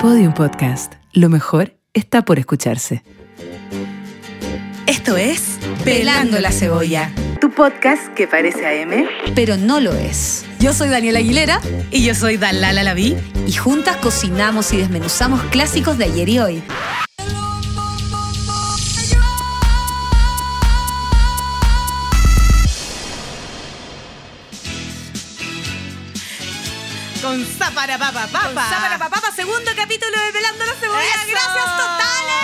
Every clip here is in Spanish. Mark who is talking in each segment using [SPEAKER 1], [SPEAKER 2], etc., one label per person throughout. [SPEAKER 1] Podium Podcast. Lo mejor está por escucharse.
[SPEAKER 2] Esto es Pelando la Cebolla,
[SPEAKER 1] Tu podcast que parece AM.
[SPEAKER 2] pero no lo es. Yo soy Daniela Aguilera
[SPEAKER 1] Y yo soy Dalala Laví.
[SPEAKER 2] y juntas cocinamos y desmenuzamos clásicos de ayer y hoy.
[SPEAKER 3] Con Zapara Papa Papa.
[SPEAKER 2] Sábana Papapa, segundo capítulo de Pelando la Cebolla. Gracias totales.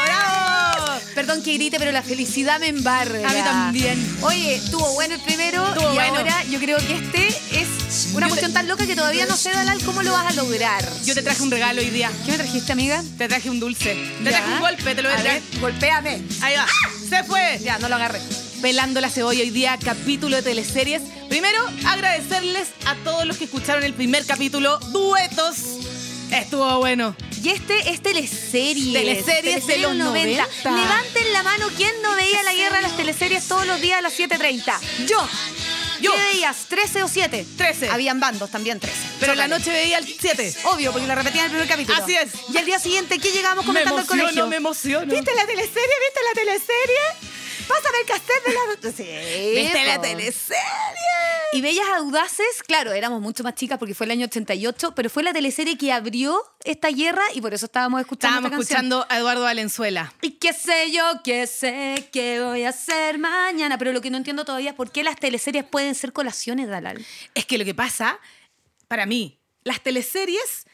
[SPEAKER 3] totales.
[SPEAKER 2] Perdón que grite, pero la felicidad me embarra.
[SPEAKER 3] A mí también.
[SPEAKER 2] Oye, tuvo bueno el primero
[SPEAKER 3] Estuvo
[SPEAKER 2] y
[SPEAKER 3] bueno.
[SPEAKER 2] ahora yo creo que este es una
[SPEAKER 3] Yo
[SPEAKER 2] cuestión tan loca que todavía no sé, Dalal, cómo lo vas a lograr.
[SPEAKER 3] Yo te traje un regalo hoy día.
[SPEAKER 2] ¿Qué me trajiste, amiga?
[SPEAKER 3] Te traje un dulce. Te
[SPEAKER 2] Ya.
[SPEAKER 3] traje un golpe, te lo voy a
[SPEAKER 2] A ver,
[SPEAKER 3] traer.
[SPEAKER 2] golpéame.
[SPEAKER 3] Ahí va. Se fue.
[SPEAKER 2] Ya, no lo agarré.
[SPEAKER 3] Pelando la cebolla hoy día, capítulo de teleseries. Primero, agradecerles a todos los que escucharon el primer capítulo, duetos. Estuvo bueno.
[SPEAKER 2] Y este es teleseries.
[SPEAKER 3] Teleseries de los 90.
[SPEAKER 2] Levanten la mano quien no veía la guerra de las teleseries todos los días a las 7.30. Yo.
[SPEAKER 3] Yo.
[SPEAKER 2] ¿Qué veías? ¿13 o 7?
[SPEAKER 3] 13.
[SPEAKER 2] Habían bandos también 13.
[SPEAKER 3] Pero en la
[SPEAKER 2] Chócale.
[SPEAKER 3] noche veía el 7.
[SPEAKER 2] Obvio, porque la repetían en el primer capítulo.
[SPEAKER 3] Así es.
[SPEAKER 2] Y al día siguiente, ¿qué llegábamos
[SPEAKER 3] Me
[SPEAKER 2] comentando al colegio?
[SPEAKER 3] emociono, me emociono.
[SPEAKER 2] ¿Viste la teleserie? ¿Viste la teleserie? Pásame el cassette de la... Sí,
[SPEAKER 3] ¿Viste la
[SPEAKER 2] po.
[SPEAKER 3] teleserie?
[SPEAKER 2] Y Bellas Audaces, claro, éramos mucho más chicas porque fue el año 88, pero fue la teleserie que abrió esta guerra y por eso estábamos escuchando
[SPEAKER 3] Estábamos
[SPEAKER 2] esta canción.
[SPEAKER 3] escuchando a Eduardo Valenzuela.
[SPEAKER 2] Y qué sé yo, qué sé que voy a hacer mañana. Pero lo que no entiendo todavía es por qué las teleseries pueden ser colaciones, Dalal.
[SPEAKER 3] Es que lo que pasa, para mí, las teleseries,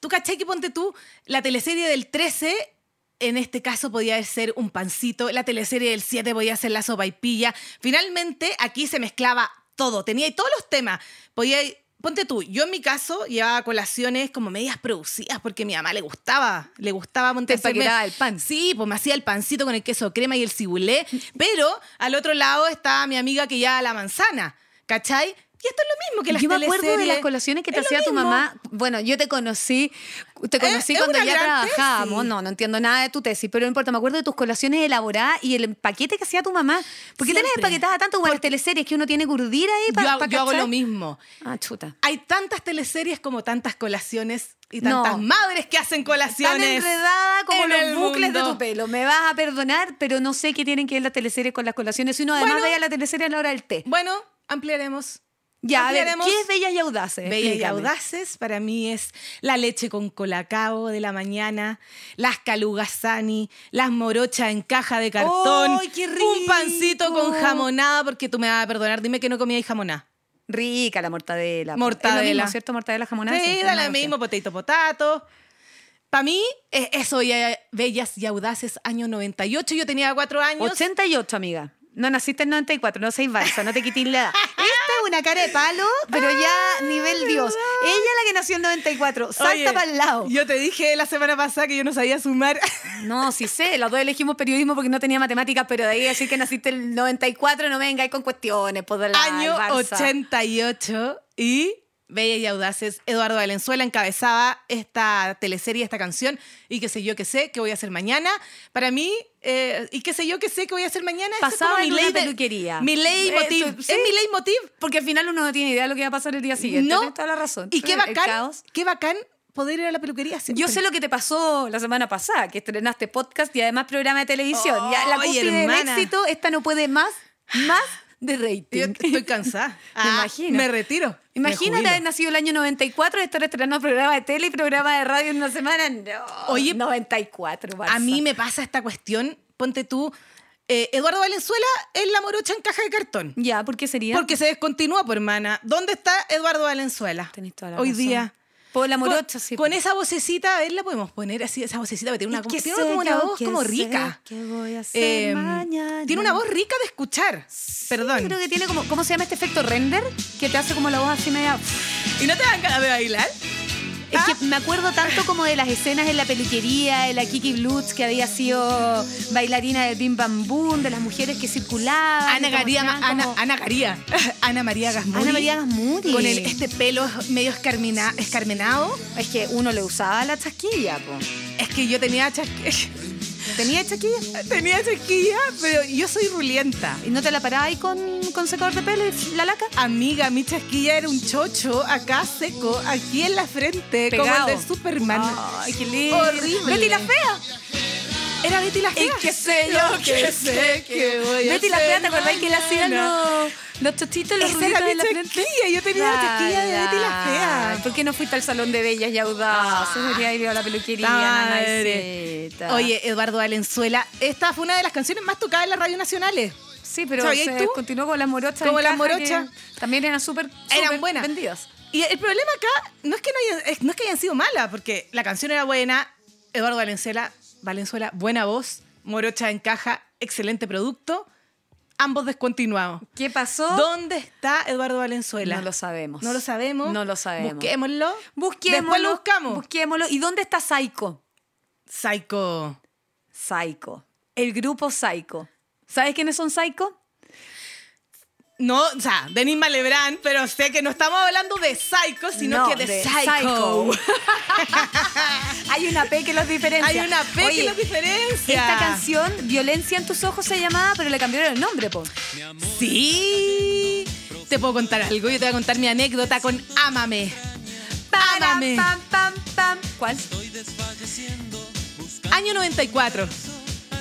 [SPEAKER 3] tú caché que ponte tú, la teleserie del 13, en este caso podía ser un pancito, la teleserie del 7 podía ser la sopa y pilla. Finalmente, aquí se mezclaba todo, tenía ahí todos los temas. Podía, ponte tú, yo en mi caso llevaba colaciones como medias producidas porque a mi mamá le gustaba, le gustaba ponte
[SPEAKER 2] Te empaquetaba el pan.
[SPEAKER 3] Sí, pues me hacía el pancito con el queso crema y el cibulé, pero al otro lado estaba mi amiga que ya la manzana, ¿cachai? Y esto es lo mismo que las
[SPEAKER 2] yo me acuerdo de
[SPEAKER 3] teleseries.
[SPEAKER 2] las colaciones que te
[SPEAKER 3] Es lo
[SPEAKER 2] hacía tu
[SPEAKER 3] mismo.
[SPEAKER 2] mamá. Bueno, yo te conocí, te conocí
[SPEAKER 3] es
[SPEAKER 2] cuando
[SPEAKER 3] una
[SPEAKER 2] ya
[SPEAKER 3] gran
[SPEAKER 2] trabajábamos.
[SPEAKER 3] tesis.
[SPEAKER 2] No, no entiendo nada de tu tesis, pero no importa, me acuerdo de tus colaciones elaboradas y el paquete que hacía tu mamá. ¿Por qué te las
[SPEAKER 3] Siempre.
[SPEAKER 2] empaquetabas tanto con las teleseries que uno tiene que urdir ahí
[SPEAKER 3] Yo,
[SPEAKER 2] para
[SPEAKER 3] hago- yo hago lo mismo.
[SPEAKER 2] Ah, chuta.
[SPEAKER 3] Hay tantas teleseries como tantas colaciones y
[SPEAKER 2] No.
[SPEAKER 3] tantas madres que hacen
[SPEAKER 2] Tan
[SPEAKER 3] colaciones.
[SPEAKER 2] enredada como
[SPEAKER 3] en el
[SPEAKER 2] los bucles de
[SPEAKER 3] mundo.
[SPEAKER 2] tu pelo. Me vas a perdonar, pero no sé qué tienen que ver las teleseries con las colaciones. Si uno además
[SPEAKER 3] Bueno.
[SPEAKER 2] veía la teleserie a la hora del té.
[SPEAKER 3] Bueno, ampliaremos.
[SPEAKER 2] Ya, a ver,
[SPEAKER 3] Ampliaremos.
[SPEAKER 2] ¿qué es Bellas y Audaces?
[SPEAKER 3] Bellas y
[SPEAKER 2] Explícame.
[SPEAKER 3] audaces para mí es la leche con colacao de la mañana, las calugasani, las morochas en caja de cartón,
[SPEAKER 2] ¡Ay, qué
[SPEAKER 3] un pancito con
[SPEAKER 2] rico!
[SPEAKER 3] jamonada, porque tú me vas a perdonar, dime que no comíais jamonada.
[SPEAKER 2] Rica la mortadela.
[SPEAKER 3] Mortadela.
[SPEAKER 2] Es lo mismo, ¿cierto? Mortadela jamonada.
[SPEAKER 3] Sí,
[SPEAKER 2] es
[SPEAKER 3] da
[SPEAKER 2] la
[SPEAKER 3] lo mismo, potato, potato. Para mí, eh, es eso, ya, Bellas y Audaces, año 98. Yo tenía cuatro años.
[SPEAKER 2] 88, amiga. No naciste en 94, no seis balsa, no te quitís la edad. Esta es una cara de palo, pero ya nivel Dios. Ella la que nació en 94,
[SPEAKER 3] Ah, Oye,
[SPEAKER 2] salta para el lado.
[SPEAKER 3] Yo te dije la semana pasada que yo no sabía sumar.
[SPEAKER 2] No, sí sé, las dos elegimos periodismo porque no tenía matemáticas, pero de ahí decir que naciste el 94, no me vengáis con cuestiones, pues de la
[SPEAKER 3] año
[SPEAKER 2] balsa.
[SPEAKER 3] 88 y Bellas y Audaces, Eduardo Valenzuela encabezaba esta teleserie, esta canción, y qué sé yo, qué sé, qué voy a hacer mañana. Para mí, eh, y qué sé yo, qué sé, qué voy a hacer mañana. eso es
[SPEAKER 2] Pasaba
[SPEAKER 3] como
[SPEAKER 2] en
[SPEAKER 3] mi ley
[SPEAKER 2] una
[SPEAKER 3] de-
[SPEAKER 2] peluquería.
[SPEAKER 3] Mi ley
[SPEAKER 2] Eh,
[SPEAKER 3] motiv.
[SPEAKER 2] sí.
[SPEAKER 3] Es mi ley motiv.
[SPEAKER 2] Porque al final uno no tiene idea de lo que va a pasar el día siguiente.
[SPEAKER 3] No.
[SPEAKER 2] Tienes toda la razón.
[SPEAKER 3] Y qué
[SPEAKER 2] El
[SPEAKER 3] bacán,
[SPEAKER 2] caos.
[SPEAKER 3] qué bacán poder ir a la peluquería siempre.
[SPEAKER 2] Yo sé lo que te pasó la semana pasada, que estrenaste podcast y además programa de televisión. ya, la
[SPEAKER 3] Oye,
[SPEAKER 2] cúspide del
[SPEAKER 3] hermana.
[SPEAKER 2] éxito, esta no puede más, más de
[SPEAKER 3] Yo
[SPEAKER 2] rating.
[SPEAKER 3] estoy cansada. Ah,
[SPEAKER 2] imagino.
[SPEAKER 3] Me retiro.
[SPEAKER 2] Imagínate
[SPEAKER 3] Me
[SPEAKER 2] haber
[SPEAKER 3] jubilo.
[SPEAKER 2] nacido el año 94 y estar estrenando programa de tele y programa de radio en una semana. No,
[SPEAKER 3] Oye,
[SPEAKER 2] 94.
[SPEAKER 3] A
[SPEAKER 2] Barça.
[SPEAKER 3] mí me pasa esta cuestión, ponte tú, eh, Eduardo Valenzuela es la morocha en caja de cartón.
[SPEAKER 2] Ya, ¿por qué sería?
[SPEAKER 3] Porque se descontinúa, por hermana. ¿Dónde está Eduardo Valenzuela?
[SPEAKER 2] Tenés toda la
[SPEAKER 3] Hoy
[SPEAKER 2] razón.
[SPEAKER 3] día.
[SPEAKER 2] Por la
[SPEAKER 3] Con-
[SPEAKER 2] morocha, sí. pues.
[SPEAKER 3] Con esa vocecita, a ver, la podemos poner así, esa vocecita, porque tiene una,
[SPEAKER 2] ¿Qué
[SPEAKER 3] tiene
[SPEAKER 2] sé
[SPEAKER 3] como una
[SPEAKER 2] yo?
[SPEAKER 3] voz
[SPEAKER 2] ¿Qué
[SPEAKER 3] como
[SPEAKER 2] sé?
[SPEAKER 3] rica.
[SPEAKER 2] ¿Qué voy a hacer
[SPEAKER 3] Eh,
[SPEAKER 2] mañana?
[SPEAKER 3] tiene una voz rica de escuchar. Perdón.
[SPEAKER 2] Creo que tiene como, ¿cómo se llama este efecto render? Que te hace como la voz así media...
[SPEAKER 3] ¿Y no te dan ganas de bailar?
[SPEAKER 2] Es
[SPEAKER 3] Ah.
[SPEAKER 2] que me acuerdo tanto como de las escenas en la peluquería, de la Kiki Blues que había sido bailarina del Bim Bam Boom, de las mujeres que circulaban.
[SPEAKER 3] Ana
[SPEAKER 2] y como
[SPEAKER 3] Garía,
[SPEAKER 2] estaban
[SPEAKER 3] Ana,
[SPEAKER 2] como-
[SPEAKER 3] Ana Garía. Ana María Gasmuri.
[SPEAKER 2] Ana María Gasmuri.
[SPEAKER 3] Con el- este pelo medio escarmina- escarmenado.
[SPEAKER 2] Es que uno le usaba la chasquilla, po.
[SPEAKER 3] Es que yo tenía chasquilla.
[SPEAKER 2] ¿Tenía chasquilla?
[SPEAKER 3] Tenía chasquilla, pero yo soy rulienta.
[SPEAKER 2] ¿Y no te la paraba ahí con, con secador de pelo y la laca.
[SPEAKER 3] Amiga, mi chasquilla era un chocho acá seco, aquí en la frente,
[SPEAKER 2] Pegado.
[SPEAKER 3] como el de Superman.
[SPEAKER 2] Ay, qué lindo.
[SPEAKER 3] Horrible.
[SPEAKER 2] Betty la fea.
[SPEAKER 3] Era Betty la fea.
[SPEAKER 2] Y qué sé yo, qué sé
[SPEAKER 3] que voy
[SPEAKER 2] Betty la fea, ¿te acordás que le hacían los, los chochitos, los
[SPEAKER 3] Esa
[SPEAKER 2] rulitos
[SPEAKER 3] era mi
[SPEAKER 2] de la frente?
[SPEAKER 3] chasquilla, yo tenía la chasquilla de Betty la fea. Ah.
[SPEAKER 2] ¿Por qué no fuiste al salón de bellas y audaz? Se debería ir a la peluquería,
[SPEAKER 3] Madre.
[SPEAKER 2] nanaceta.
[SPEAKER 3] Oye, Eduardo Valenzuela, esta fue una de las canciones más tocadas en las radios nacionales.
[SPEAKER 2] Sí, pero
[SPEAKER 3] ¿Sabías
[SPEAKER 2] se
[SPEAKER 3] tú?
[SPEAKER 2] continuó con las morochas.
[SPEAKER 3] Como
[SPEAKER 2] en
[SPEAKER 3] las
[SPEAKER 2] caja
[SPEAKER 3] morochas.
[SPEAKER 2] que También eran súper
[SPEAKER 3] Eran
[SPEAKER 2] súper
[SPEAKER 3] buenas.
[SPEAKER 2] vendidas.
[SPEAKER 3] Y el problema acá no es que no hayan, es- no es que hayan sido malas, porque la canción era buena, Eduardo Valenzuela, Valenzuela, buena voz, Morocha en caja, excelente producto, ambos descontinuados.
[SPEAKER 2] ¿Qué pasó?
[SPEAKER 3] ¿Dónde está Eduardo Valenzuela?
[SPEAKER 2] Oh. No lo sabemos.
[SPEAKER 3] No lo sabemos.
[SPEAKER 2] No lo sabemos.
[SPEAKER 3] Busquémoslo.
[SPEAKER 2] Busquémoslo.
[SPEAKER 3] Después lo buscamos.
[SPEAKER 2] Busquémoslo. ¿Y dónde está Psycho?
[SPEAKER 3] Psycho.
[SPEAKER 2] Psycho. El grupo Psycho. ¿Sabes quiénes son Psycho?
[SPEAKER 3] No, o sea, Denis Malebrán, pero sé que no estamos hablando de Psycho, sino
[SPEAKER 2] No,
[SPEAKER 3] que de,
[SPEAKER 2] de
[SPEAKER 3] Psycho.
[SPEAKER 2] Hay una P que los diferencia.
[SPEAKER 3] Hay una P
[SPEAKER 2] Oye,
[SPEAKER 3] que nos diferencia.
[SPEAKER 2] Esta canción, Violencia en tus ojos, se llamaba, pero le cambiaron el nombre, po.
[SPEAKER 3] Sí. Te puedo contar algo. Yo te voy a contar mi anécdota con Ámame.
[SPEAKER 2] Para,
[SPEAKER 3] Ámame.
[SPEAKER 2] pam, pam, pam. ¿Cuál?
[SPEAKER 3] Año 94.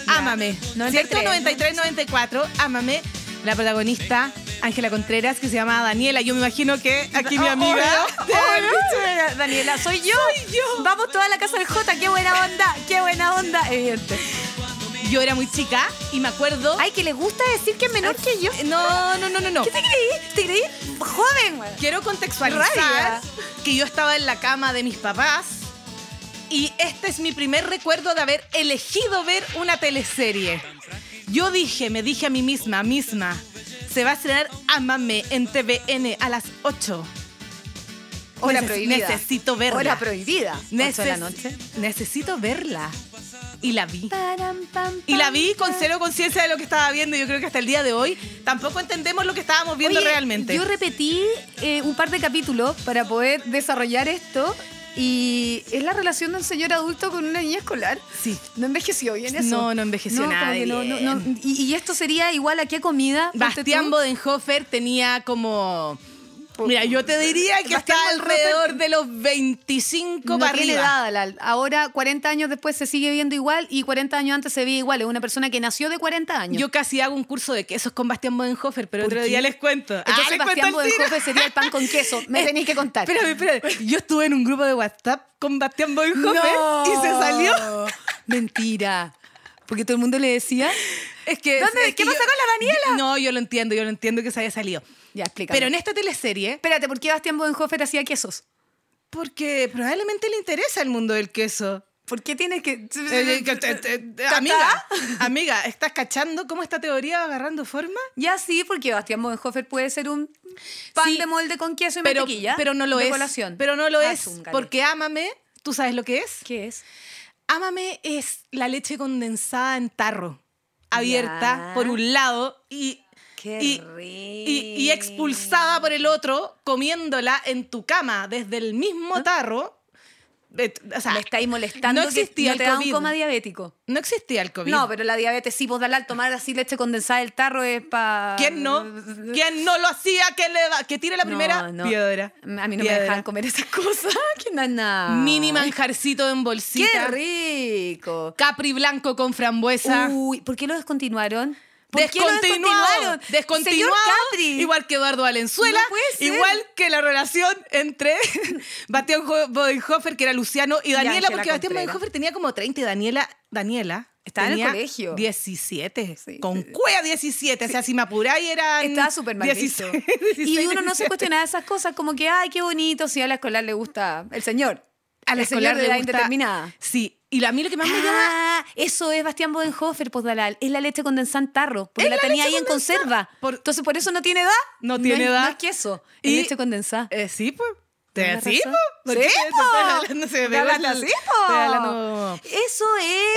[SPEAKER 3] Ámame.
[SPEAKER 2] 93.
[SPEAKER 3] ¿Cierto? 93, 94. Ámame. La protagonista, Ángela Contreras, que se llama Daniela. Yo me imagino que aquí mi
[SPEAKER 2] Oh,
[SPEAKER 3] amiga.
[SPEAKER 2] obvio, obvio. Daniela, Ah, soy yo.
[SPEAKER 3] Soy yo.
[SPEAKER 2] Vamos toda la casa del J, qué buena onda, qué buena onda, evidente.
[SPEAKER 3] Yo era muy chica y me acuerdo.
[SPEAKER 2] Ay, que le gusta decir que es menor que yo.
[SPEAKER 3] No, no, no, no, no.
[SPEAKER 2] ¿Qué te creí? Te creí joven, güey.
[SPEAKER 3] Quiero contextualizar
[SPEAKER 2] Rabia.
[SPEAKER 3] que yo estaba en la cama de mis papás y este es mi primer recuerdo de haber elegido ver una teleserie. Yo dije, me dije a mí misma, misma, se va a estrenar Amame en TVN a las 8.
[SPEAKER 2] Hora
[SPEAKER 3] Neces-
[SPEAKER 2] prohibida.
[SPEAKER 3] Necesito verla.
[SPEAKER 2] Hora prohibida.
[SPEAKER 3] Neces-
[SPEAKER 2] Ocho de la noche.
[SPEAKER 3] Necesito verla. Y la vi.
[SPEAKER 2] Param, pam,
[SPEAKER 3] Y la
[SPEAKER 2] pam,
[SPEAKER 3] vi con
[SPEAKER 2] pam.
[SPEAKER 3] cero conciencia de lo que estaba viendo. Yo creo que hasta el día de hoy tampoco entendemos lo que estábamos viendo
[SPEAKER 2] Oye,
[SPEAKER 3] realmente.
[SPEAKER 2] Yo repetí eh, un par de capítulos para poder desarrollar esto. Y es la relación de un señor adulto con una niña escolar.
[SPEAKER 3] Sí.
[SPEAKER 2] No envejeció bien eso.
[SPEAKER 3] No, no envejeció
[SPEAKER 2] como
[SPEAKER 3] nada
[SPEAKER 2] que no, no, no.
[SPEAKER 3] bien.
[SPEAKER 2] Y, y esto sería igual a qué comida. ponte
[SPEAKER 3] Bastián
[SPEAKER 2] tú.
[SPEAKER 3] Bodenhofer tenía como.
[SPEAKER 2] Po-
[SPEAKER 3] Mira, yo te diría que
[SPEAKER 2] Pues, Bastián
[SPEAKER 3] está
[SPEAKER 2] Bodenhofer-
[SPEAKER 3] alrededor de los 25
[SPEAKER 2] no
[SPEAKER 3] para
[SPEAKER 2] tiene
[SPEAKER 3] arriba.
[SPEAKER 2] edad, Lal. Ahora, 40 años después se sigue viendo igual y 40 años antes se veía igual. Es una persona que nació de 40 años.
[SPEAKER 3] Yo casi hago un curso de quesos con Bastián Bodenhofer, pero
[SPEAKER 2] ¿Por
[SPEAKER 3] otro
[SPEAKER 2] qué?
[SPEAKER 3] día les cuento.
[SPEAKER 2] Entonces,
[SPEAKER 3] les
[SPEAKER 2] Bastián
[SPEAKER 3] al tiro. Eh,
[SPEAKER 2] Bodenhofer sería el pan con queso. Me tenéis que contar.
[SPEAKER 3] Espérame, espérame. Yo estuve en un grupo de WhatsApp con Bastián Bodenhofer
[SPEAKER 2] No.
[SPEAKER 3] y se salió.
[SPEAKER 2] Mentira. Porque todo el mundo le decía.
[SPEAKER 3] Es que.
[SPEAKER 2] ¿Dónde?
[SPEAKER 3] es
[SPEAKER 2] ¿Qué
[SPEAKER 3] que
[SPEAKER 2] pasa con la Daniela?
[SPEAKER 3] No, yo lo entiendo, yo lo entiendo que se haya salido.
[SPEAKER 2] Ya, explícame.
[SPEAKER 3] Pero en e- esta teleserie,
[SPEAKER 2] Espérate, ¿por qué Bastián Bodenhofer hacía quesos?
[SPEAKER 3] porque probablemente le interesa el mundo del queso.
[SPEAKER 2] ¿Por qué tienes que.?
[SPEAKER 3] Eh, eh, eh, eh, eh, Amiga, amiga, ¿estás cachando cómo esta teoría va agarrando forma?
[SPEAKER 2] Ya sí, porque Bastián Bodenhofer puede ser un pan
[SPEAKER 3] Sí,
[SPEAKER 2] de molde con queso y
[SPEAKER 3] Pero,
[SPEAKER 2] mantequilla.
[SPEAKER 3] pero no lo
[SPEAKER 2] de
[SPEAKER 3] es.
[SPEAKER 2] colación.
[SPEAKER 3] Pero no lo
[SPEAKER 2] Ah,
[SPEAKER 3] es.
[SPEAKER 2] chúngale.
[SPEAKER 3] Porque Ámame, ¿tú sabes lo que es?
[SPEAKER 2] ¿Qué es?
[SPEAKER 3] Ámame es la leche condensada en tarro, abierta
[SPEAKER 2] Ya.
[SPEAKER 3] por un lado y,
[SPEAKER 2] Qué
[SPEAKER 3] y- y- y expulsada por el otro, comiéndola en tu cama desde el mismo tarro. Eh, O sea,
[SPEAKER 2] ¿Ah? Me estáis molestando
[SPEAKER 3] no existía
[SPEAKER 2] que no
[SPEAKER 3] el
[SPEAKER 2] te da un
[SPEAKER 3] COVID.
[SPEAKER 2] coma diabético.
[SPEAKER 3] no existía el COVID.
[SPEAKER 2] No, pero la diabetes sí, vos dale al tomar así leche condensada del tarro es para...
[SPEAKER 3] ¿Quién no? ¿Quién no lo hacía? ¿Quién le da- que tire la primera
[SPEAKER 2] No, no.
[SPEAKER 3] piedra?
[SPEAKER 2] A mí no me
[SPEAKER 3] Piedra.
[SPEAKER 2] dejaban comer esas cosas. que no es nada?
[SPEAKER 3] Mini manjarcito en bolsita.
[SPEAKER 2] ¡Qué rico!
[SPEAKER 3] Capri blanco con frambuesa.
[SPEAKER 2] Uy, ¿por qué lo descontinuaron? Uh, ¿Por qué lo
[SPEAKER 3] descontinuado.
[SPEAKER 2] descontinuaron?
[SPEAKER 3] Descontinuado.
[SPEAKER 2] Señor Capri.
[SPEAKER 3] Igual que Eduardo Valenzuela.
[SPEAKER 2] No puede ser.
[SPEAKER 3] Igual que la relación entre Bastián Jo- Bodenhofer, que era Luciano, y Daniela,
[SPEAKER 2] Ángela
[SPEAKER 3] porque Bastián
[SPEAKER 2] Contreras.
[SPEAKER 3] Bodenhofer tenía como 30 y Daniela. Daniela.
[SPEAKER 2] Estaba en el
[SPEAKER 3] tenía
[SPEAKER 2] colegio.
[SPEAKER 3] 17.
[SPEAKER 2] Sí,
[SPEAKER 3] con
[SPEAKER 2] sí.
[SPEAKER 3] cueva 17. O sea, si me apuráis era.
[SPEAKER 2] Estaba súper mal visto. Y uno no se cuestionaba esas cosas, como que, ay, qué bonito, si a la escolar le gusta el señor.
[SPEAKER 3] A la
[SPEAKER 2] el señor
[SPEAKER 3] escolar
[SPEAKER 2] de
[SPEAKER 3] le
[SPEAKER 2] la
[SPEAKER 3] gusta-
[SPEAKER 2] indeterminada.
[SPEAKER 3] Sí. Y lo- a mí lo que más me llama.
[SPEAKER 2] Ah, eso es Bastián Bodenhofer, pues Dalal. Es la leche condensada en tarro, porque
[SPEAKER 3] Es
[SPEAKER 2] la,
[SPEAKER 3] la
[SPEAKER 2] tenía ahí
[SPEAKER 3] leche
[SPEAKER 2] en conserva.
[SPEAKER 3] condensada. Por-
[SPEAKER 2] Entonces, por eso no tiene edad.
[SPEAKER 3] No tiene
[SPEAKER 2] es-
[SPEAKER 3] edad.
[SPEAKER 2] No es queso, es
[SPEAKER 3] Y-
[SPEAKER 2] leche condensada.
[SPEAKER 3] Eh, sí, pues. Te
[SPEAKER 2] Tenés
[SPEAKER 3] sí,
[SPEAKER 2] razón.
[SPEAKER 3] pues. ¿Por
[SPEAKER 2] Sí,
[SPEAKER 3] qué?
[SPEAKER 2] po.
[SPEAKER 3] No se me
[SPEAKER 2] Te
[SPEAKER 3] pegó
[SPEAKER 2] hablaste
[SPEAKER 3] el-
[SPEAKER 2] así,
[SPEAKER 3] Estoy
[SPEAKER 2] po.
[SPEAKER 3] hablando-
[SPEAKER 2] Eso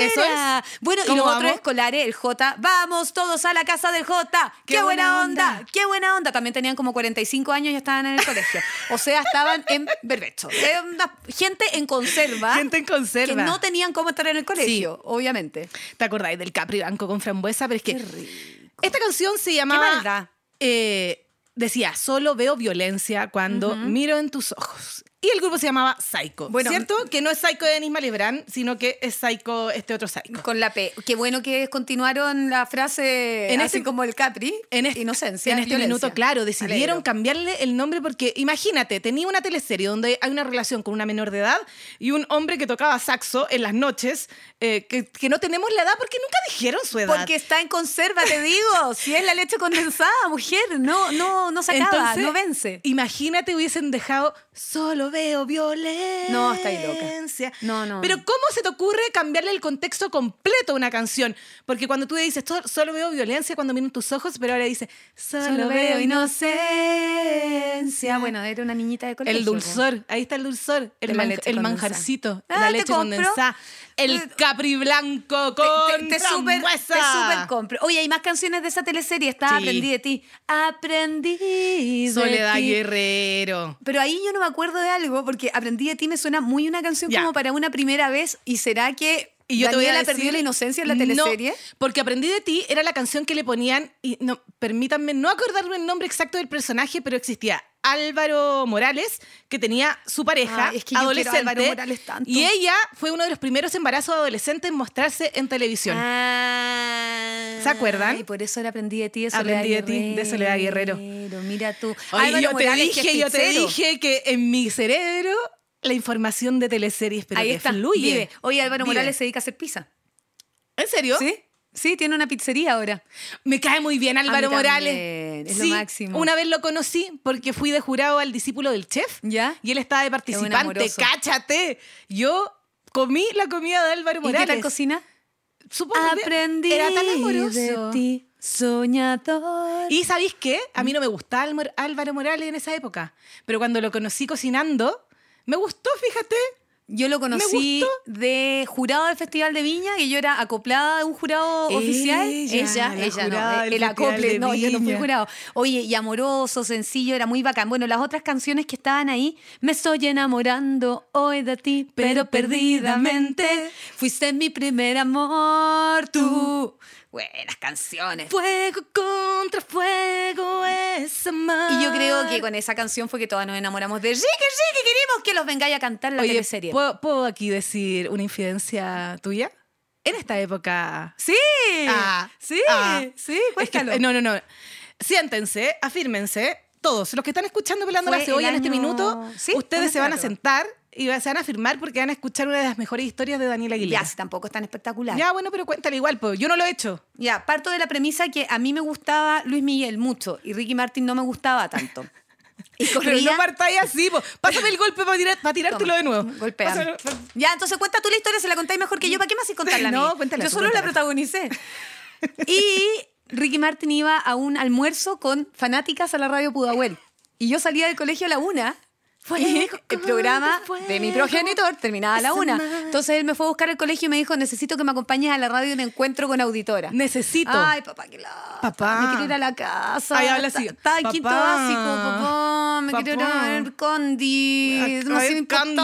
[SPEAKER 3] Eso
[SPEAKER 2] era. Bueno, y
[SPEAKER 3] ¿Cómo
[SPEAKER 2] los otros
[SPEAKER 3] vamos?
[SPEAKER 2] escolares, el J, vamos todos a la casa del J. Qué,
[SPEAKER 3] Qué
[SPEAKER 2] buena
[SPEAKER 3] buena
[SPEAKER 2] onda.
[SPEAKER 3] onda.
[SPEAKER 2] qué buena onda. También tenían como 45 años y ya estaban en el colegio. O sea, estaban en berbecho. Era una- Gente en conserva.
[SPEAKER 3] Gente en conserva.
[SPEAKER 2] Ah, Que no tenían cómo estar en el colegio, obviamente.
[SPEAKER 3] ¿Te acordáis del Capri Banco con frambuesa? Pero es que
[SPEAKER 2] Qué rico.
[SPEAKER 3] esta canción se
[SPEAKER 2] Qué
[SPEAKER 3] llamaba
[SPEAKER 2] maldad.
[SPEAKER 3] eh, decía, solo veo violencia cuando miro en tus ojos. Y el grupo se llamaba Psycho.
[SPEAKER 2] Bueno,
[SPEAKER 3] ¿Cierto? Que no es Psycho de Denis Malebrán, sino que es Psycho, este otro Psycho.
[SPEAKER 2] Con la P. Qué bueno que continuaron la frase
[SPEAKER 3] En
[SPEAKER 2] así
[SPEAKER 3] este-
[SPEAKER 2] como el Capri.
[SPEAKER 3] en este,
[SPEAKER 2] inocencia.
[SPEAKER 3] en este
[SPEAKER 2] violencia.
[SPEAKER 3] minuto, claro, decidieron
[SPEAKER 2] Alegro.
[SPEAKER 3] cambiarle el nombre porque, imagínate, tenía una teleserie donde hay una relación con una menor de edad y un hombre que tocaba saxo en las noches, eh, que, que no tenemos la edad porque nunca dijeron su edad.
[SPEAKER 2] Porque está en conserva, te digo. Si es la leche condensada, mujer, no, no, no se acaba,
[SPEAKER 3] Entonces,
[SPEAKER 2] no vence.
[SPEAKER 3] Imagínate hubiesen dejado solo veo violencia.
[SPEAKER 2] No, estáis loca. No, no,
[SPEAKER 3] Pero
[SPEAKER 2] no.
[SPEAKER 3] ¿cómo se te ocurre cambiarle el contexto completo a una canción? Porque cuando tú dices "Sol- solo veo violencia cuando miran tus ojos, pero ahora dices solo, veo y no
[SPEAKER 2] inocencia. Bueno, era una niñita de colegio.
[SPEAKER 3] El dulzor, ahí está el dulzor, el,
[SPEAKER 2] De la
[SPEAKER 3] manja-
[SPEAKER 2] leche
[SPEAKER 3] el
[SPEAKER 2] condensada.
[SPEAKER 3] manjarcito,
[SPEAKER 2] Ah,
[SPEAKER 3] la
[SPEAKER 2] te
[SPEAKER 3] leche
[SPEAKER 2] compro.
[SPEAKER 3] condensada, el
[SPEAKER 2] Te-
[SPEAKER 3] capri blanco
[SPEAKER 2] Te,
[SPEAKER 3] con
[SPEAKER 2] te- te super, te
[SPEAKER 3] frambuesa.
[SPEAKER 2] super compro. Oye, hay más canciones de esa teleserie. Está
[SPEAKER 3] Sí.
[SPEAKER 2] Aprendí de ti. Aprendí de
[SPEAKER 3] Soledad
[SPEAKER 2] ti.
[SPEAKER 3] Guerrero.
[SPEAKER 2] Pero ahí yo no me acuerdo de algo, porque Aprendí de ti me suena muy una canción
[SPEAKER 3] Ya.
[SPEAKER 2] como para una primera vez. ¿Y será que
[SPEAKER 3] Y yo te voy a
[SPEAKER 2] Daniela
[SPEAKER 3] decir-
[SPEAKER 2] perdió la inocencia en la
[SPEAKER 3] No,
[SPEAKER 2] teleserie?
[SPEAKER 3] porque aprendí de ti era la canción que le ponían y no permítanme no acordarme el nombre exacto del personaje, pero existía Álvaro Morales que tenía su pareja
[SPEAKER 2] Ay, es que yo quiero a
[SPEAKER 3] adolescente
[SPEAKER 2] Álvaro Morales tanto.
[SPEAKER 3] y ella fue uno de los primeros embarazos adolescentes en mostrarse en televisión.
[SPEAKER 2] Ah,
[SPEAKER 3] ¿Se acuerdan?
[SPEAKER 2] Y por eso era Aprendí de ti de Soledad
[SPEAKER 3] Aprendí de ti, de Soledad Guerrero.
[SPEAKER 2] Mira tú.
[SPEAKER 3] Oye,
[SPEAKER 2] Álvaro
[SPEAKER 3] yo te
[SPEAKER 2] Morales, que
[SPEAKER 3] dije,
[SPEAKER 2] es
[SPEAKER 3] yo te
[SPEAKER 2] pizzero.
[SPEAKER 3] dije que en mi cerebro la información de teleseries pero
[SPEAKER 2] Ahí
[SPEAKER 3] que
[SPEAKER 2] está,
[SPEAKER 3] fluye.
[SPEAKER 2] vive. Oye, Álvaro
[SPEAKER 3] Vive.
[SPEAKER 2] Morales se dedica a hacer pizza.
[SPEAKER 3] ¿En serio?
[SPEAKER 2] ¿Sí? Sí, tiene una pizzería ahora.
[SPEAKER 3] Me cae muy bien Álvaro
[SPEAKER 2] mí
[SPEAKER 3] Morales.
[SPEAKER 2] también, es lo
[SPEAKER 3] sí,
[SPEAKER 2] máximo.
[SPEAKER 3] una vez lo conocí porque fui de jurado al discípulo del chef
[SPEAKER 2] ¿Ya?
[SPEAKER 3] y él estaba de
[SPEAKER 2] Es un
[SPEAKER 3] participante.
[SPEAKER 2] amoroso.
[SPEAKER 3] Cáchate. Yo comí la comida de Álvaro
[SPEAKER 2] ¿Y qué tal
[SPEAKER 3] Morales.
[SPEAKER 2] cocina?
[SPEAKER 3] Supongo que era tan amoroso.
[SPEAKER 2] ti, soñador.
[SPEAKER 3] Y ¿sabéis qué? A mí no
[SPEAKER 2] Mm.
[SPEAKER 3] me gustaba Almor- Álvaro Morales en esa época, pero cuando lo conocí cocinando, me gustó, fíjate.
[SPEAKER 2] yo lo conocí
[SPEAKER 3] gustó.
[SPEAKER 2] de jurado del Festival de Viña, que yo era acoplada de un jurado
[SPEAKER 3] Ella,
[SPEAKER 2] oficial.
[SPEAKER 3] la
[SPEAKER 2] Ella, ella
[SPEAKER 3] jurada
[SPEAKER 2] no,
[SPEAKER 3] del
[SPEAKER 2] el
[SPEAKER 3] Festival de
[SPEAKER 2] acople, no, yo no fui
[SPEAKER 3] Viña.
[SPEAKER 2] jurado. Oye, y amoroso, sencillo, era muy bacán. Bueno, las otras canciones que estaban ahí, me estoy enamorando hoy de ti, pero perdidamente, fuiste mi primer amor, tú. Buenas canciones.
[SPEAKER 3] Fuego contra fuego es amar.
[SPEAKER 2] Y yo creo que con esa canción fue que todas nos enamoramos de Ricky, Ricky, queremos que los vengáis a cantar la
[SPEAKER 3] Oye,
[SPEAKER 2] teleserie.
[SPEAKER 3] ¿puedo, puedo aquí decir una infidencia tuya? En esta época.
[SPEAKER 2] Sí,
[SPEAKER 3] Ah,
[SPEAKER 2] sí,
[SPEAKER 3] ah.
[SPEAKER 2] sí,
[SPEAKER 3] Es que-
[SPEAKER 2] cuéntalo.
[SPEAKER 3] no, no, no. Siéntense, afírmense, todos. Los que están escuchando Pelando
[SPEAKER 2] Fue
[SPEAKER 3] la Cebolla
[SPEAKER 2] el
[SPEAKER 3] en este
[SPEAKER 2] año-
[SPEAKER 3] minuto,
[SPEAKER 2] Sí,
[SPEAKER 3] ustedes
[SPEAKER 2] estamos
[SPEAKER 3] se van a
[SPEAKER 2] claros.
[SPEAKER 3] sentar y se van a afirmar porque van a escuchar una de las mejores historias de Daniela Aguilera.
[SPEAKER 2] ya, si tampoco es tan espectacular. Ya.
[SPEAKER 3] Ya, bueno, pero cuéntale igual, pues. Yo no lo he hecho.
[SPEAKER 2] parto de la premisa que a mí me gustaba Luis Miguel mucho y Ricky Martin no me gustaba tanto. Y
[SPEAKER 3] Pero
[SPEAKER 2] corría.
[SPEAKER 3] no partáis así, pues. Pásame el golpe para, tirar, para
[SPEAKER 2] Toma,
[SPEAKER 3] tirártelo de nuevo.
[SPEAKER 2] golpea.
[SPEAKER 3] Pásame- pa-
[SPEAKER 2] Ya, entonces cuenta tú la historia, se la contáis mejor que yo. ¿Para qué me haces contarla a mí?
[SPEAKER 3] No, cuéntala
[SPEAKER 2] Yo
[SPEAKER 3] tú,
[SPEAKER 2] solo la
[SPEAKER 3] cuéntala.
[SPEAKER 2] protagonicé. Y Ricky Martin iba a un almuerzo con fanáticas a la radio Pudahuel. Y yo salía del colegio a la una. Y
[SPEAKER 3] Fuego,
[SPEAKER 2] el programa de mi progenitor terminaba a la
[SPEAKER 3] esa
[SPEAKER 2] una.
[SPEAKER 3] mar.
[SPEAKER 2] Entonces él me fue a buscar al colegio y me dijo, necesito que me acompañes a la radio y me encuentro con auditora.
[SPEAKER 3] Necesito.
[SPEAKER 2] Ay, papá, que la...
[SPEAKER 3] Papá.
[SPEAKER 2] Me quiero ir a la casa.
[SPEAKER 3] Ay, habla así,
[SPEAKER 2] Está en quinto
[SPEAKER 3] papá,
[SPEAKER 2] básico, papá. Me quiero ir
[SPEAKER 3] papá.
[SPEAKER 2] a ver Condi. Es
[SPEAKER 3] Acá
[SPEAKER 2] demasiado
[SPEAKER 3] hay
[SPEAKER 2] importante.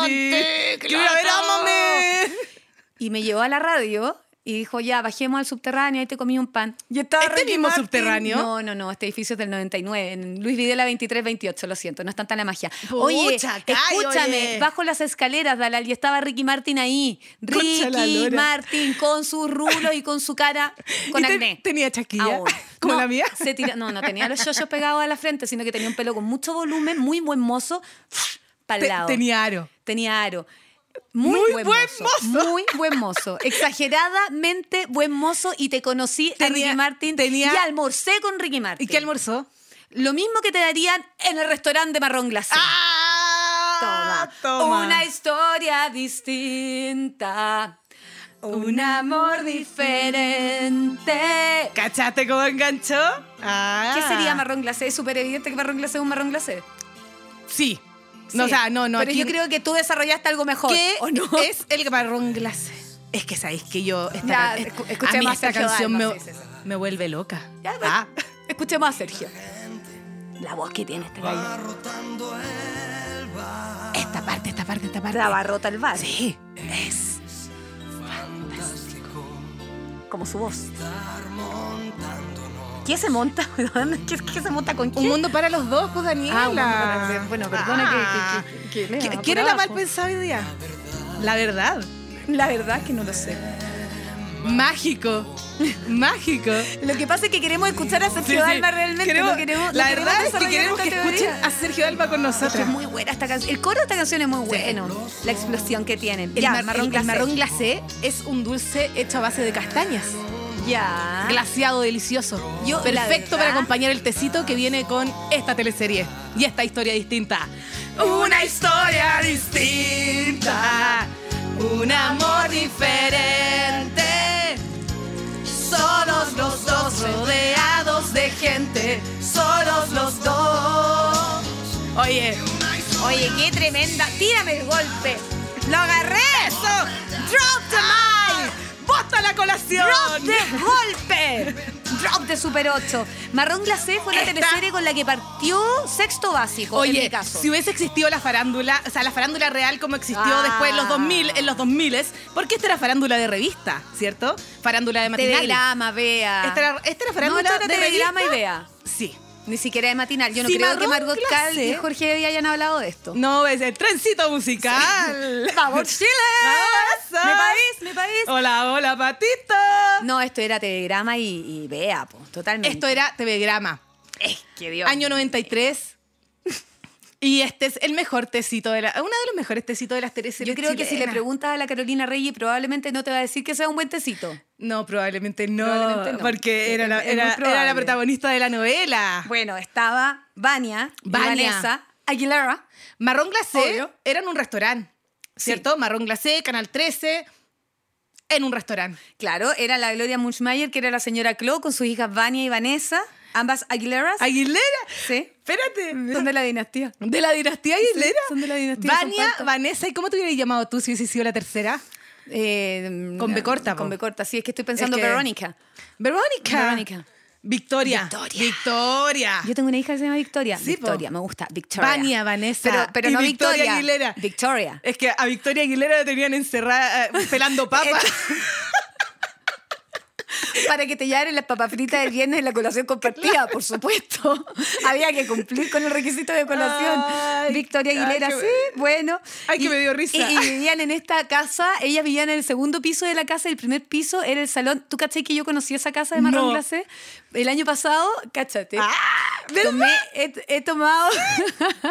[SPEAKER 3] Candy. Quiero ir a ver,
[SPEAKER 2] claro.
[SPEAKER 3] ámame.
[SPEAKER 2] Y me llevó a la radio y dijo, ya, bajemos al subterráneo, ahí te comí un pan. Y estaba
[SPEAKER 3] ¿Este
[SPEAKER 2] Ricky
[SPEAKER 3] mismo
[SPEAKER 2] Martin.
[SPEAKER 3] subterráneo?
[SPEAKER 2] No, no, no, este edificio es del 99, en Luis Videla 2328, lo siento, no es tanta la magia. Oye,
[SPEAKER 3] Pucha, Cayo,
[SPEAKER 2] escúchame,
[SPEAKER 3] oye.
[SPEAKER 2] bajo las escaleras, Dalal, y estaba Ricky Martin ahí.
[SPEAKER 3] Concha la
[SPEAKER 2] Ricky
[SPEAKER 3] lora.
[SPEAKER 2] Martin con su rulo y con su cara con
[SPEAKER 3] Y te-
[SPEAKER 2] acné.
[SPEAKER 3] tenía chaquilla,
[SPEAKER 2] Aún.
[SPEAKER 3] como
[SPEAKER 2] No,
[SPEAKER 3] la mía.
[SPEAKER 2] se tira- no, no tenía los yoyos pegados a la frente, sino que tenía un pelo con mucho volumen, muy buen mozo, para
[SPEAKER 3] Te-
[SPEAKER 2] lado.
[SPEAKER 3] tenía aro.
[SPEAKER 2] Tenía aro. Muy,
[SPEAKER 3] Muy
[SPEAKER 2] buen,
[SPEAKER 3] buen
[SPEAKER 2] mozo,
[SPEAKER 3] mozo.
[SPEAKER 2] Muy buen mozo. Exageradamente buen mozo y te conocí
[SPEAKER 3] Tenía-
[SPEAKER 2] a Ricky Martin
[SPEAKER 3] tenía-
[SPEAKER 2] y almorcé con Ricky Martin.
[SPEAKER 3] ¿Y qué almorzó?
[SPEAKER 2] Lo mismo que te darían en el restaurante de marrón glacé.
[SPEAKER 3] ¡Ah!
[SPEAKER 2] Toma. Una historia distinta. Un amor diferente.
[SPEAKER 3] ¿Cachaste cómo enganchó? Ah.
[SPEAKER 2] ¿Qué sería marrón glacé? Es súper evidente que marrón glacé es un marrón glacé.
[SPEAKER 3] Sí. No, o
[SPEAKER 2] Sí.
[SPEAKER 3] sea, no, no.
[SPEAKER 2] Pero
[SPEAKER 3] aquí-
[SPEAKER 2] yo creo que tú desarrollaste algo mejor.
[SPEAKER 3] ¿Qué
[SPEAKER 2] ¿O no?
[SPEAKER 3] es el marrón glacé? Es que sabéis que yo. Esta,
[SPEAKER 2] Ya,
[SPEAKER 3] es-
[SPEAKER 2] escu- escuché
[SPEAKER 3] a mí
[SPEAKER 2] más
[SPEAKER 3] esta
[SPEAKER 2] Sergio
[SPEAKER 3] canción
[SPEAKER 2] Dalma,
[SPEAKER 3] me,
[SPEAKER 2] sí, sí, sí.
[SPEAKER 3] me vuelve loca.
[SPEAKER 2] Ya, pues.
[SPEAKER 3] ah,
[SPEAKER 2] Escuchemos a Sergio. La voz que tiene este gallo.
[SPEAKER 3] esta parte, esta parte, esta parte.
[SPEAKER 2] La barrota el bar.
[SPEAKER 3] Sí.
[SPEAKER 2] Como su voz. ¿Qué se monta? ¿Qué, qué se monta con
[SPEAKER 3] Un
[SPEAKER 2] quién?
[SPEAKER 3] mundo para los dos, pues Daniela.
[SPEAKER 2] Ah, un mundo para- bueno, perdona que-
[SPEAKER 3] Ah.
[SPEAKER 2] que- que- que-
[SPEAKER 3] ¿Qui-
[SPEAKER 2] por
[SPEAKER 3] ¿Quién era mal
[SPEAKER 2] abajo.
[SPEAKER 3] pensada hoy día?
[SPEAKER 2] La verdad. La verdad que no lo sé.
[SPEAKER 3] Mágico. Mágico.
[SPEAKER 2] Lo que pasa es que queremos escuchar a Sergio
[SPEAKER 3] Sí, sí.
[SPEAKER 2] Dalma realmente.
[SPEAKER 3] Queremos- este
[SPEAKER 2] no queremos,
[SPEAKER 3] la
[SPEAKER 2] no queremos
[SPEAKER 3] verdad es que
[SPEAKER 2] desarrollar
[SPEAKER 3] queremos que
[SPEAKER 2] esta
[SPEAKER 3] escuchen
[SPEAKER 2] teoría.
[SPEAKER 3] a Sergio Alba con
[SPEAKER 2] Es que
[SPEAKER 3] nosotros.
[SPEAKER 2] es muy buena esta canción. El coro de esta canción es muy bueno. La explosión que tienen.
[SPEAKER 3] El,
[SPEAKER 2] ya,
[SPEAKER 3] mar-
[SPEAKER 2] marrón,
[SPEAKER 3] el- el
[SPEAKER 2] glacé.
[SPEAKER 3] marrón glacé es un dulce hecho a base de castañas.
[SPEAKER 2] Ya.
[SPEAKER 3] Glaciado, delicioso.
[SPEAKER 2] Yo, la
[SPEAKER 3] Perfecto para
[SPEAKER 2] verdad-
[SPEAKER 3] acompañar el tecito que viene con esta teleserie y esta historia distinta. Una historia distinta, un amor diferente. Solos los dos rodeados de gente, solos los dos. Oye,
[SPEAKER 2] Oye, qué tremenda. Tírame el golpe.
[SPEAKER 3] lo agarré eso. Drop the mic. Bota la colación.
[SPEAKER 2] ¡Drop de golpe! Drop de Super 8. Marrón Glacé fue la
[SPEAKER 3] Esta-
[SPEAKER 2] teleserie con la que partió sexto básico, en mi
[SPEAKER 3] Oye,
[SPEAKER 2] caso.
[SPEAKER 3] si hubiese existido la farándula, o sea, la farándula real como existió
[SPEAKER 2] Ah.
[SPEAKER 3] después en los 2000, en los 2000, porque esta era farándula de revista, ¿cierto? Farándula de matinal.
[SPEAKER 2] Telegrama, vea.
[SPEAKER 3] Esta era, esta era
[SPEAKER 2] no,
[SPEAKER 3] farándula
[SPEAKER 2] esto
[SPEAKER 3] de,
[SPEAKER 2] de
[SPEAKER 3] revista.
[SPEAKER 2] telegrama y vea.
[SPEAKER 3] Sí.
[SPEAKER 2] Ni siquiera de matinal. Yo no
[SPEAKER 3] Si
[SPEAKER 2] creo que
[SPEAKER 3] Marrón
[SPEAKER 2] Margot Cal
[SPEAKER 3] Glacé-
[SPEAKER 2] y Jorge Evia hayan hablado de esto.
[SPEAKER 3] No, es el trencito musical.
[SPEAKER 2] ¡Vamos, Chile! ¡Mi
[SPEAKER 3] Eso.
[SPEAKER 2] país, mi país!
[SPEAKER 3] Hola, hola, patito.
[SPEAKER 2] No, esto era telegrama y, y vea, po, totalmente.
[SPEAKER 3] Esto era telegrama.
[SPEAKER 2] Es que Dios.
[SPEAKER 3] Año 93. Y este es el mejor tecito de la. Uno de los mejores tecitos de las teleseries
[SPEAKER 2] Yo creo que si le
[SPEAKER 3] chilenas.
[SPEAKER 2] preguntas a la Carolina Reyes, probablemente no te va a decir que sea un buen tecito.
[SPEAKER 3] No, probablemente no,
[SPEAKER 2] Probablemente no.
[SPEAKER 3] porque era la,
[SPEAKER 2] Es- es
[SPEAKER 3] era-
[SPEAKER 2] muy probable.
[SPEAKER 3] era la protagonista de la novela.
[SPEAKER 2] Bueno, estaba Vania, y
[SPEAKER 3] Vania.
[SPEAKER 2] Vanessa, Aguilera.
[SPEAKER 3] Marrón Glacé
[SPEAKER 2] Obvio.
[SPEAKER 3] era en un restaurante, ¿cierto? Marrón Glacé, Canal 13, en un restaurante.
[SPEAKER 2] Claro, era la Gloria Munchmeyer, que era la señora Clo, con sus hijas Vania y Vanessa, ambas Aguileras.
[SPEAKER 3] Aguilera,
[SPEAKER 2] Sí.
[SPEAKER 3] espérate.
[SPEAKER 2] Son de la dinastía.
[SPEAKER 3] ¿De la dinastía Aguilera?
[SPEAKER 2] son de la dinastía
[SPEAKER 3] Vania,
[SPEAKER 2] San Panto.
[SPEAKER 3] Vanessa, ¿y cómo te hubieras llamado tú si hubiese sido la tercera?
[SPEAKER 2] Eh,
[SPEAKER 3] Con B corta, po.
[SPEAKER 2] Con B corta, sí, es que estoy pensando
[SPEAKER 3] que-
[SPEAKER 2] Verónica.
[SPEAKER 3] Verónica.
[SPEAKER 2] Verónica.
[SPEAKER 3] Victoria.
[SPEAKER 2] Victoria.
[SPEAKER 3] Victoria.
[SPEAKER 2] Yo tengo una hija que se llama Victoria.
[SPEAKER 3] Sí, po.
[SPEAKER 2] Victoria, me gusta. Victoria.
[SPEAKER 3] Vania, Vanessa.
[SPEAKER 2] Pero, pero
[SPEAKER 3] y
[SPEAKER 2] no Victoria.
[SPEAKER 3] Aguilera.
[SPEAKER 2] Victoria.
[SPEAKER 3] Es que a Victoria Aguilera la tenían encerrada eh, pelando papas.
[SPEAKER 2] Para que te llevaran las papas fritas del viernes en la colación compartida, por supuesto. Había que cumplir con el requisito de colación.
[SPEAKER 3] Ay,
[SPEAKER 2] Victoria
[SPEAKER 3] ay,
[SPEAKER 2] Aguilera,
[SPEAKER 3] qué
[SPEAKER 2] sí, bueno.
[SPEAKER 3] Ay, que
[SPEAKER 2] Y-
[SPEAKER 3] me dio risa.
[SPEAKER 2] Y, y vivían en esta casa, ellas vivían en el segundo piso de la casa, el primer piso era el salón. ¿Tú caché que yo conocí esa casa de Marrón
[SPEAKER 3] No. Ah,
[SPEAKER 2] Glacé? El año pasado, cáchate.
[SPEAKER 3] ¿verdad?
[SPEAKER 2] Tomé- he, he tomado,